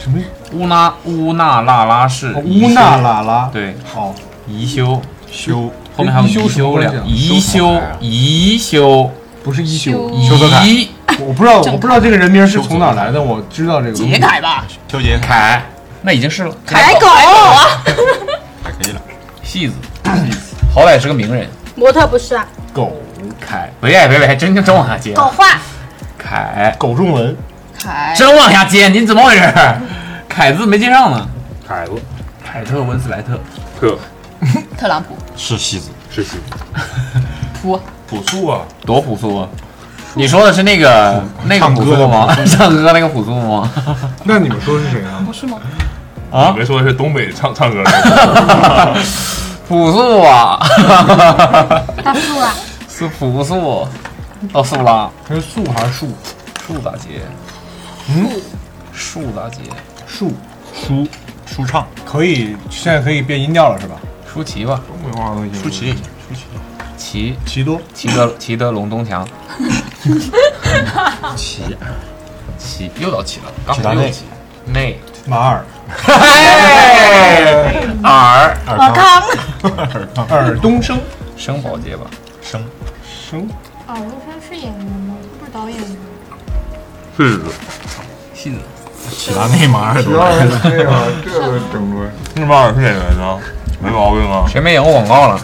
Speaker 4: 什么？哦
Speaker 7: 乌那乌那拉拉氏，
Speaker 10: 哦
Speaker 4: 乌那拉拉，
Speaker 7: 对，
Speaker 4: 好，
Speaker 7: 宜修
Speaker 10: 修，
Speaker 7: 后面还有宜修两宜修宜修，
Speaker 4: 啊不是一休，
Speaker 7: 修德凯
Speaker 4: 一，我不知道，我不知道这个人名是从哪儿来的，我知道这个。
Speaker 7: 杰凯吧，
Speaker 10: 修杰
Speaker 7: 凯，那已经是了，
Speaker 23: 海狗，
Speaker 10: 还可以了，
Speaker 7: 戏子，好歹是个名人，
Speaker 12: 模特不是啊，
Speaker 4: 狗
Speaker 7: 凯，喂喂喂，真真往下接，
Speaker 12: 狗焕，
Speaker 7: 凯，
Speaker 4: 狗仲文，
Speaker 23: 凯
Speaker 7: 真往下接，你怎么回事？哎凯字没接上呢，
Speaker 21: 凯子，
Speaker 7: 凯特温斯莱特，
Speaker 21: 特
Speaker 23: 特朗普，
Speaker 10: 是戏子，
Speaker 21: 是戏子，
Speaker 23: 扑，
Speaker 21: 朴素啊，
Speaker 7: 多朴素啊！你说的是那 [LAUGHS] 个那个朴素吗？唱歌那个朴素吗？
Speaker 4: 那你们说是谁啊？
Speaker 23: 不是吗？
Speaker 25: 啊！你们说的是东北唱唱歌的，
Speaker 7: 朴素啊，
Speaker 12: 大树啊，
Speaker 7: 是朴素，哦到素啦，
Speaker 4: 它是素还是树？
Speaker 7: 树大街，嗯，树大街，
Speaker 4: 树
Speaker 3: 舒
Speaker 4: 舒畅，可以现在可以变音调了是吧？
Speaker 7: 舒淇吧，
Speaker 4: 东北话的
Speaker 7: 舒淇，
Speaker 4: 舒淇，
Speaker 7: 齐
Speaker 4: 齐多，
Speaker 7: 齐德齐德隆东
Speaker 3: [LAUGHS]
Speaker 7: 强，
Speaker 3: 齐
Speaker 7: 齐又到齐了，
Speaker 3: 刚才又
Speaker 7: 齐内
Speaker 4: 马尔，
Speaker 3: 哎
Speaker 7: 耳
Speaker 4: 尔
Speaker 7: 康
Speaker 4: 尔康尔东升，
Speaker 7: 生保洁吧，
Speaker 3: 生
Speaker 4: 生
Speaker 12: 哦，吴声是演员吗？不是导演吗？
Speaker 25: 是的，
Speaker 7: 信的，
Speaker 3: 齐达内马尔多来的
Speaker 25: 对
Speaker 4: [LAUGHS]
Speaker 25: 啊这个
Speaker 3: 整
Speaker 25: 个日马尔是演员呢，没毛病啊。
Speaker 7: 谁没演过广告了？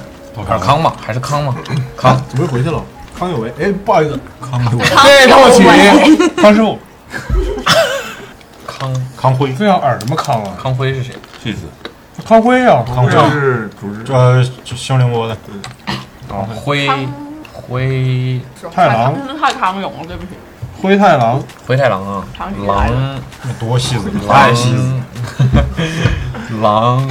Speaker 7: 尔康吧，还是康吧，康
Speaker 4: 怎么又回去了？康有为，哎，不好意思，
Speaker 3: 康有为，
Speaker 7: 这套曲，
Speaker 4: 康师傅，
Speaker 7: 康
Speaker 3: 康辉，
Speaker 4: 非要耳什么康啊？
Speaker 7: 康辉是谁？
Speaker 25: 戏子，
Speaker 4: 康辉啊，
Speaker 3: 康辉
Speaker 4: 是
Speaker 3: 主持呃香凌波的，
Speaker 7: 啊辉辉
Speaker 4: 太郎
Speaker 26: 真是太康永了，对不起。
Speaker 4: 灰太狼，
Speaker 7: 灰太狼啊
Speaker 26: 长期，来
Speaker 7: 狼
Speaker 3: 多戏子，
Speaker 7: 太
Speaker 3: 太
Speaker 7: 戏
Speaker 3: 戏
Speaker 7: 子
Speaker 3: 子，
Speaker 7: [LAUGHS] 狼，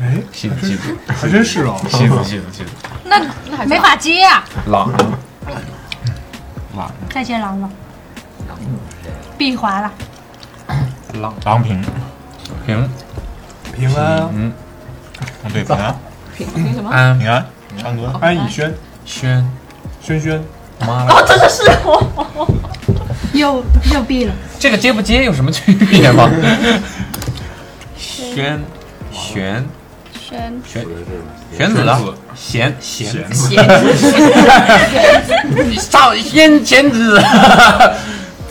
Speaker 4: 哎，
Speaker 7: 戏子戏子，
Speaker 4: 还真是哦，
Speaker 7: 戏子戏子戏子，
Speaker 12: 那没法接呀、
Speaker 7: 狼
Speaker 12: 再见狼了，闭环了，
Speaker 7: 狼
Speaker 3: 郎平
Speaker 7: 平
Speaker 4: 平安啊，
Speaker 7: 嗯，
Speaker 3: 对平安
Speaker 26: 凭凭什么？
Speaker 7: 安
Speaker 3: 平安
Speaker 4: 唱歌，安以轩，
Speaker 7: 轩
Speaker 4: 轩轩，
Speaker 7: 妈
Speaker 26: 哦，真
Speaker 7: 了，
Speaker 26: 的是我。
Speaker 12: 又又闭了，
Speaker 7: 这个接不接有什么区
Speaker 26: [LAUGHS]
Speaker 7: 别吗？轩玄
Speaker 26: 轩
Speaker 7: 玄玄子啊，贤贤子
Speaker 26: 贤子，
Speaker 7: [LAUGHS] 你少先贤子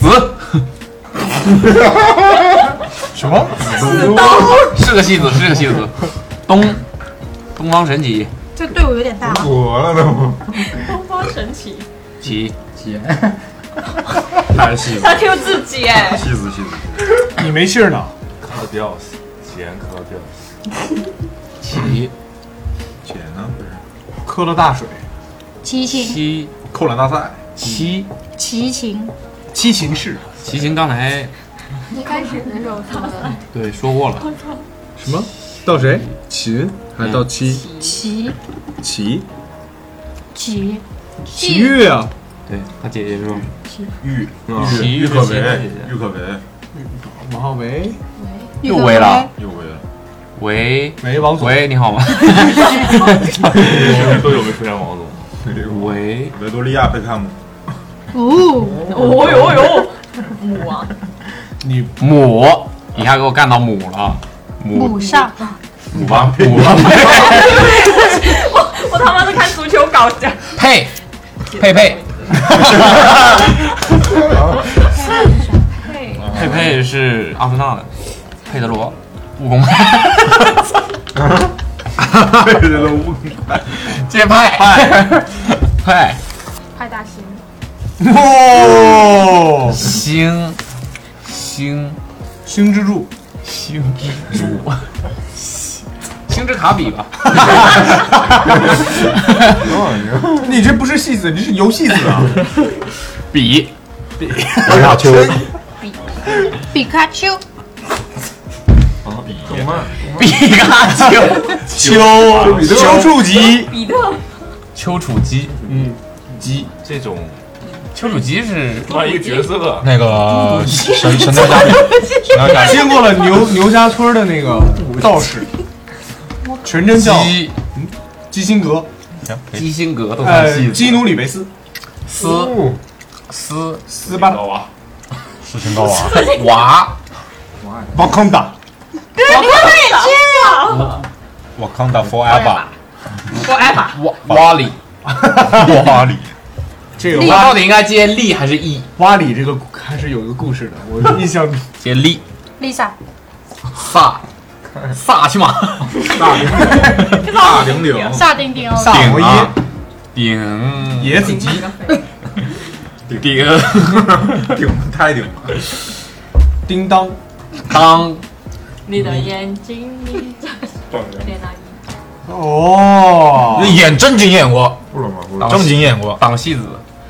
Speaker 7: [LAUGHS] 子
Speaker 4: 什么？
Speaker 7: 是个戏子，是个戏子，东东方神起
Speaker 12: 这对我有点大了。
Speaker 3: 火了都，
Speaker 26: 东方神起，
Speaker 7: 起起，
Speaker 3: 太戏子，
Speaker 26: 他 Q 自己哎。
Speaker 3: 戏子戏子，
Speaker 4: 你没信儿呢？
Speaker 10: 卡掉死，钱卡掉死，
Speaker 7: 起
Speaker 3: 钱呢不是
Speaker 4: 喝了大水，
Speaker 12: 齐秦，
Speaker 7: 七
Speaker 4: 扣篮大赛，
Speaker 7: 七
Speaker 12: 齐秦，
Speaker 4: 七情室，
Speaker 7: 齐秦刚才
Speaker 12: 一开始那首他们
Speaker 7: 对说过了，
Speaker 4: 什么？到谁？嗯秦还是到七？
Speaker 12: 齐
Speaker 4: 齐
Speaker 12: 齐
Speaker 4: 齐豫啊？
Speaker 7: 对他姐姐说
Speaker 12: 齐
Speaker 3: 郁
Speaker 10: 嗯
Speaker 4: 齐
Speaker 3: 郁可唯
Speaker 4: 齐，
Speaker 3: 郁可唯，
Speaker 4: 马浩维，
Speaker 7: 又围了，
Speaker 3: 又唯了，
Speaker 7: 喂
Speaker 4: 喂，王总，
Speaker 7: 喂，你好吗？ [LAUGHS]
Speaker 25: 都有没出现王总。
Speaker 7: 喂，
Speaker 3: 维多利亚贝克汉姆，
Speaker 12: 哦
Speaker 26: 哦呦呦，母啊，
Speaker 4: 你
Speaker 7: 母一下给我干到母了，母
Speaker 12: 母上
Speaker 7: 母吧母吧，
Speaker 26: 我我他妈是看足球搞的。
Speaker 7: 呸佩佩佩佩是阿森纳的，佩德罗，武功派，
Speaker 3: 贝德罗乌克
Speaker 7: 这 [LAUGHS] 派派
Speaker 12: 派大星，
Speaker 4: 哦，
Speaker 7: 星星
Speaker 4: 星之助，
Speaker 7: 星之助，星之卡比吧，
Speaker 4: 你这不是戏子，你是游戏子啊！
Speaker 7: 比
Speaker 27: 皮卡丘，
Speaker 12: 比卡丘，
Speaker 7: 比卡丘
Speaker 3: 丘丘处机，
Speaker 26: 比特，
Speaker 7: 丘处机，嗯，机
Speaker 10: 这种
Speaker 7: 丘处机是
Speaker 10: 换一个角色，
Speaker 3: 那个 [LAUGHS] 神神雕侠侣，神雕侠
Speaker 4: 经
Speaker 3: 侣，
Speaker 4: 过了 [LAUGHS] 牛牛家村的那 [LAUGHS] 个道士，全真教
Speaker 7: 基
Speaker 4: 基辛格，
Speaker 3: 行可以
Speaker 7: 基辛格都算
Speaker 4: 呃，
Speaker 7: 戏
Speaker 4: 基努里维斯，
Speaker 7: 斯斯
Speaker 4: 斯巴
Speaker 10: 娃，
Speaker 3: 斯琴高娃，啊 [LAUGHS]
Speaker 7: 娃
Speaker 4: 瓦康达，
Speaker 26: 我看了，
Speaker 3: 我康达 forever，
Speaker 26: 我艾玛，
Speaker 7: 瓦瓦里，
Speaker 3: 哇里，
Speaker 4: 这个
Speaker 7: 我
Speaker 4: 瓦
Speaker 7: 到底应该接力还是 e
Speaker 4: 瓦里这个还是有一个故事的，我
Speaker 12: [LAUGHS]
Speaker 4: 印象
Speaker 7: 接力？
Speaker 12: Lisa，
Speaker 7: 萨萨去马
Speaker 3: 大顶顶，
Speaker 12: 萨顶顶，
Speaker 4: 萨摩耶
Speaker 7: 啊顶
Speaker 4: 野子鸡，
Speaker 7: 顶
Speaker 3: 顶太顶了，
Speaker 4: 叮当，
Speaker 7: 当
Speaker 26: 你的眼睛，你
Speaker 11: [LAUGHS]
Speaker 26: 的天哪！
Speaker 4: 哦，
Speaker 3: 演正经演过，
Speaker 10: 不冷吗？不冷。
Speaker 3: 正经演过，
Speaker 7: 党戏子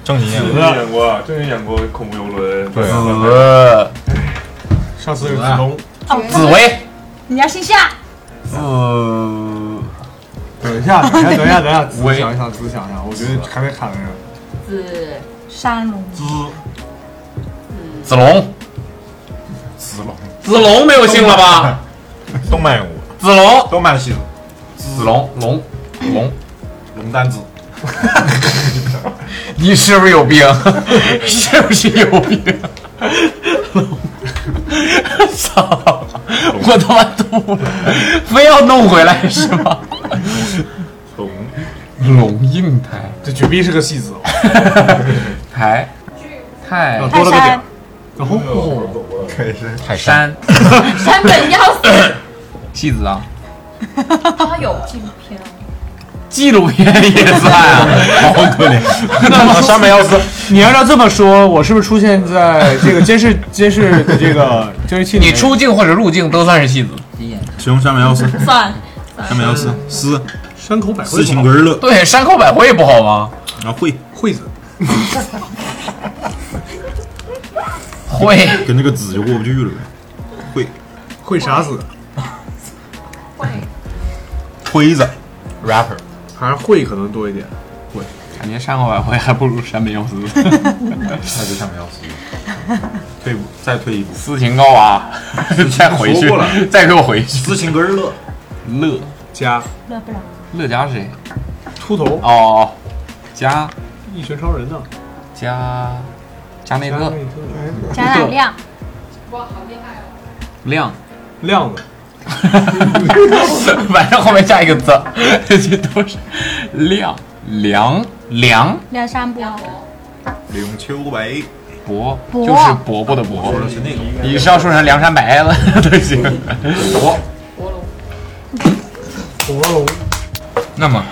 Speaker 3: 正经演
Speaker 10: 正
Speaker 3: 过，
Speaker 10: 经演过，正经演过恐怖游轮，
Speaker 3: 对啊
Speaker 7: 子
Speaker 4: 上次是子龙，
Speaker 7: 紫薇
Speaker 28: 你要姓夏，
Speaker 4: 呃，等一下，等一下，等一下，等一下，仔细想一想，仔细想一想，我觉得还没喊那个
Speaker 26: 子
Speaker 12: 山龙，
Speaker 4: 子
Speaker 29: 子龙，
Speaker 10: 子龙，
Speaker 7: 子龙没有姓了吧？
Speaker 10: 动漫人物，
Speaker 7: 子龙，
Speaker 10: 动漫系统，
Speaker 7: 子龙，龙，龙，
Speaker 10: 龙丹子，
Speaker 7: 你是不是有病？ [LAUGHS] 是不是有病？ [LAUGHS] 操！我他妈吐了，非要弄回来是吗？
Speaker 10: 龙
Speaker 7: 龙应台，
Speaker 4: 这绝壁是个戏子哦，
Speaker 7: 台泰
Speaker 4: 啊多了个点儿，
Speaker 10: 哦，可以是
Speaker 7: 泰山，
Speaker 26: 山本耀
Speaker 11: [LAUGHS]
Speaker 26: 司，
Speaker 7: 戏子啊，
Speaker 26: 他有纪录片哦，
Speaker 7: [LAUGHS] 纪录片也算啊，好可怜。
Speaker 4: 那山本耀司，你要照这么说，我是不是出现在这个监视监视的这个监视器里
Speaker 7: 你
Speaker 4: 面？
Speaker 7: 出镜或者入镜都算是戏子。
Speaker 10: 熊山本耀司，
Speaker 26: 算
Speaker 10: 山本耀司，司
Speaker 4: 山口百
Speaker 10: 斯琴格日乐，
Speaker 7: 对，山口百惠不好吗？
Speaker 10: 啊，惠
Speaker 4: 惠子，
Speaker 7: 会
Speaker 10: 跟这个子就过不去了呗，会
Speaker 4: 会啥子？
Speaker 10: 推子
Speaker 7: rapper，
Speaker 4: 还是会可能多一点。
Speaker 7: 会，感觉山口百惠还不如山本耀司。
Speaker 10: 那就山本耀司，退步再退一步，
Speaker 7: 斯琴高娃，再回去
Speaker 10: 啊说过了，
Speaker 7: 再给我回去。
Speaker 10: 斯琴格日乐，
Speaker 7: 乐
Speaker 4: 家，
Speaker 28: 乐不了。
Speaker 7: 乐家是谁？
Speaker 4: 秃头
Speaker 7: 哦，加
Speaker 4: 一拳超人呢？
Speaker 7: 加加内特
Speaker 28: 贾乃亮，
Speaker 26: 哇，好厉害哦！
Speaker 7: 亮
Speaker 4: 亮子，
Speaker 7: [LAUGHS] 反正后面加一个字，这都是亮梁梁
Speaker 28: 梁山伯，
Speaker 10: 梁秋伟，
Speaker 7: 伯，
Speaker 28: 伯
Speaker 7: 就是伯伯的伯
Speaker 10: 我说的是那个，
Speaker 7: 你是要说成梁山伯了 [LAUGHS] 都行。伯，
Speaker 4: 火龙，
Speaker 7: 那么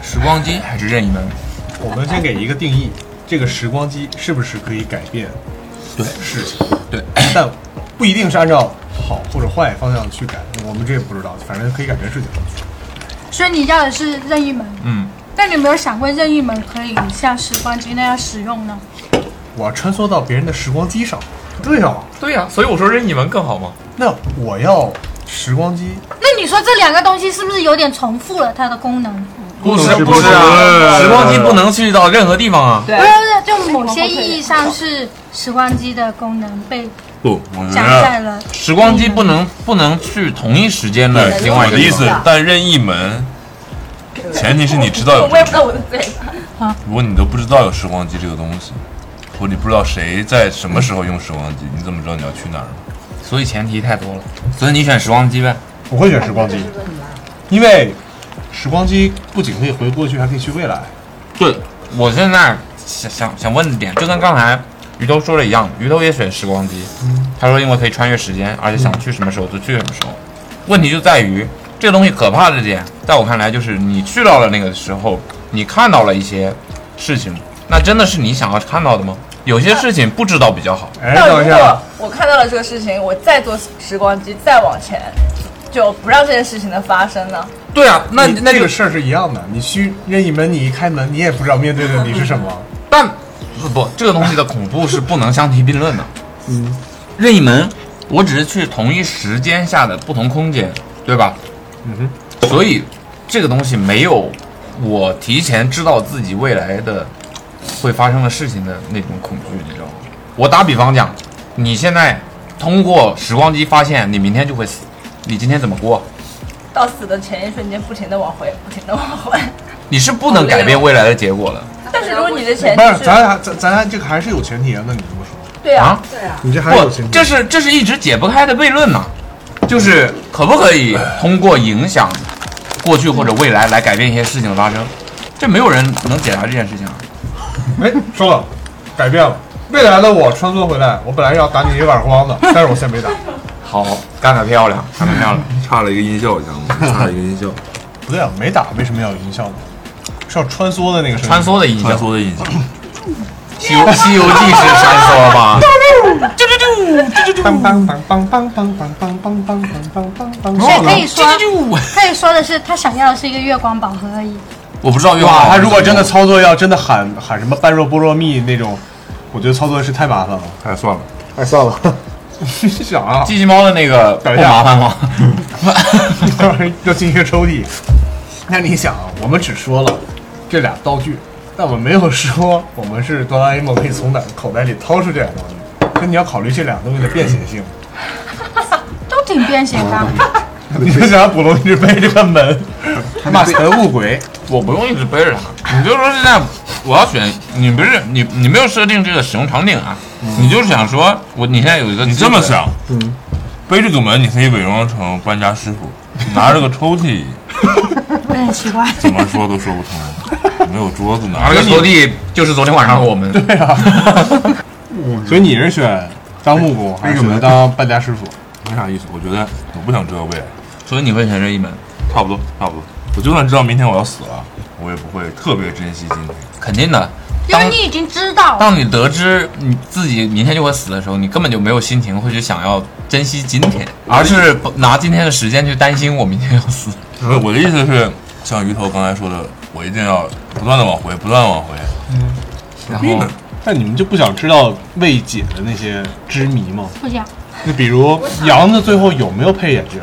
Speaker 7: 时光机还是任意门？
Speaker 4: 我们先给一个定义，这个时光机是不是可以改变
Speaker 7: 对
Speaker 4: 事情？
Speaker 7: 对，
Speaker 4: 但不一定是按照好或者坏方向去改，我们这也不知道，反正可以改变事情。
Speaker 12: 所以你要的是任意门。
Speaker 4: 嗯，
Speaker 12: 但你有没有想过任意门可以像时光机那样使用呢？
Speaker 4: 我要穿梭到别人的时光机上，对啊，
Speaker 7: 对呀、所以我说任意门更好吗？
Speaker 4: 那我要时光机，
Speaker 12: 那你说这两个东西是不是有点重复了它的功能？
Speaker 7: 不
Speaker 4: 是
Speaker 7: 是
Speaker 4: 不是
Speaker 7: 啊，时光机不能去到任何地方啊。
Speaker 12: 不是，就某些意义上是时光机的功能被
Speaker 7: 不，我
Speaker 12: 讲在了
Speaker 7: 时光机不能不能去同一时间的另外一个
Speaker 3: 哎我的
Speaker 7: 地
Speaker 3: 意
Speaker 7: 方
Speaker 3: 思，但任意门，前提是你知道有
Speaker 26: 我
Speaker 3: 这
Speaker 26: 也
Speaker 3: 个
Speaker 26: 不知道我的嘴巴。
Speaker 3: [LAUGHS] 如果你都不知道有时光机这个东西，或者你不知道谁在什么时候用时光机，你怎么知道你要去哪儿呢？
Speaker 7: 所以前提太多了。所以你选时光机呗。
Speaker 4: 我会选时光机，因为时光机不仅可以回过去，还可以去未来。
Speaker 7: 对，我现在想想想问点，就跟刚才鱼头说的一样，鱼头也选时光机。
Speaker 10: 嗯
Speaker 7: 他说因为可以穿越时间，而且想去什么时候就去什么时候。问题就在于这个东西可怕的点，在我看来就是你去到了那个时候，你看到了一些事情，那真的是你想要看到的吗？有些事情不知道比较好。
Speaker 4: 哎
Speaker 26: 那如果，我看到了这个事情，我再坐时光机再往前，就不让这件事情的发生了。
Speaker 7: 对啊，那
Speaker 4: 那这个事儿是一样的，你去任意门，你一开门，你也不知道面对的你是什么。
Speaker 7: 但不不，这个东西的恐怖是不能相提并论的。
Speaker 4: [LAUGHS] 嗯，
Speaker 7: 任意门，我只是去同一时间下的不同空间，对吧？
Speaker 4: 嗯
Speaker 7: 哼。所以这个东西没有我提前知道自己未来的会发生的事情的那种恐惧，你知道吗？我打比方讲，你现在通过时光机发现你明天就会死，你今天怎么过？
Speaker 26: 到死的前一瞬间，不停的往回，不停的往回。
Speaker 7: 你是不能改变未来的结果的。
Speaker 26: 但是如果你的前
Speaker 4: 不
Speaker 26: 提
Speaker 4: 是，
Speaker 26: 是，
Speaker 4: 咱还咱咱还这个还是有前提啊。那你这么说，
Speaker 26: [LAUGHS] 对啊
Speaker 7: 啊，
Speaker 26: 对啊，
Speaker 4: 你这还有
Speaker 7: 不
Speaker 4: 前，提？
Speaker 7: 这是这是一直解不开的悖论呐、就是可不可以通过影响过去或者未来来改变一些事情的发生？这没有人能解答这件事情啊。
Speaker 4: 哎，说了，改变了。未来的我穿梭回来，我本来要打你一个耳光 [LAUGHS] 的，但是我现在没打。
Speaker 7: 好，干得漂亮，干得漂亮。
Speaker 29: 差了一个音效，你知道吗？差了一个音效，
Speaker 4: 不对啊，没打为什么要有音效呢？是要穿梭的那个声音。
Speaker 7: 穿梭的音效
Speaker 29: 穿梭的音效。
Speaker 7: 西游西游记是山梭吧？
Speaker 4: 梆梆梆梆梆梆梆梆梆梆梆梆梆
Speaker 12: 所以可以说，可以说的是，他想要的是一个月光宝盒而已。
Speaker 7: 我不知道
Speaker 4: 哇，他如果真的操作要真的喊喊什么般若波罗蜜那种，我觉得操作是太麻烦了。
Speaker 29: 哎，算了，
Speaker 4: 哎，算了。你 [LAUGHS] 想啊，
Speaker 7: 机器猫的那个不
Speaker 4: 等一下
Speaker 7: 麻烦吗？
Speaker 4: [LAUGHS] 要进一个抽屉。那你想，我们只说了这俩道具，但我们没有说我们是哆啦 A 梦可以从哪个口袋里掏出这俩道具，所以你要考虑这俩东西的便携 [LAUGHS] 性。
Speaker 12: 都挺便携的。
Speaker 4: 你就想捕龙一直背这个门，
Speaker 7: 他
Speaker 4: 骂神物 [LAUGHS] 鬼，
Speaker 7: 我不用一直背着它，你就说现在我要选，你不是你你没有设定这个使用场景啊，你就是想说我你现在有一个
Speaker 10: 你这么想，
Speaker 7: 嗯，
Speaker 10: 背这个门，你可以伪装成搬家师傅，拿着个抽屉，
Speaker 12: 有点奇怪。
Speaker 10: 怎么说都说不
Speaker 3: [LAUGHS]
Speaker 10: 通，没有桌子拿，
Speaker 7: 拿了个抽屉就是昨天晚上我们
Speaker 10: 对啊，
Speaker 4: 所以你是选当木工还是选择当搬家师傅？
Speaker 10: 没啥意思，我觉得我不想遮呗，所以你会选这一门，差不多，差不多。我就算知道明天我要死了，我也不会特别珍惜今天，
Speaker 7: 肯定的。
Speaker 12: 因为你已经知道
Speaker 7: 当你得知你自己明天就会死的时候，你根本就没有心情会去想要珍惜今天，而是拿今天的时间去担心我明天要死。
Speaker 10: 不是我的意思是，像鱼头刚才说的，我一定要不断的往回，不断地往回。
Speaker 4: 嗯，
Speaker 10: 然后
Speaker 4: 那你们就不想知道未解的那些之谜吗？
Speaker 12: 不讲，
Speaker 4: 就比如杨子最后有没有配眼镜？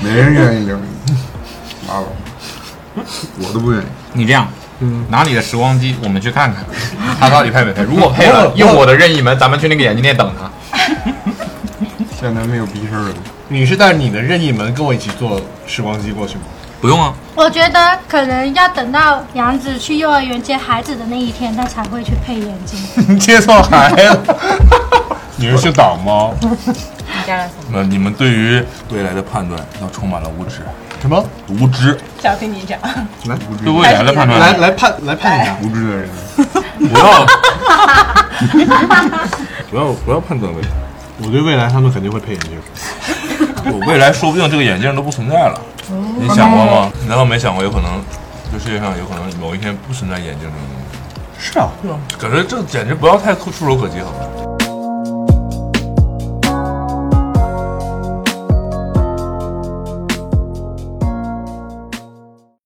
Speaker 30: 没人愿意留你，拉倒，
Speaker 7: 我都不愿意。你这样，拿你的时光机，我们去看看他到底配没配。如果配了，用我的任意门，咱们去那个眼镜店等他。
Speaker 4: 现在没有逼事了。你是带着你的任意门跟我一起坐时光机过去吗？
Speaker 7: 不用啊，
Speaker 12: 我觉得可能要等到杨子去幼儿园接孩子的那一天，他才会去配眼镜。
Speaker 4: 你接错孩子。你是姓党吗？
Speaker 10: [LAUGHS] 那你们对于未来的判断要充满了无知。
Speaker 4: 什么？
Speaker 10: 无知。
Speaker 31: 想听你讲。
Speaker 10: 来，对未来的判断。
Speaker 4: 来来判来判一下
Speaker 10: 无知的人。不要 [LAUGHS] 不要不要判断未来。
Speaker 4: 我对未来他们肯定会配眼镜。
Speaker 10: 我未来说不定这个眼镜都不存在了，你想过
Speaker 31: 哦
Speaker 10: 吗？你难道没想过有可能，这世界上有可能某一天不存在眼镜这种东西？
Speaker 4: 是啊，
Speaker 10: 可是这简直不要太触触手可及，好吧？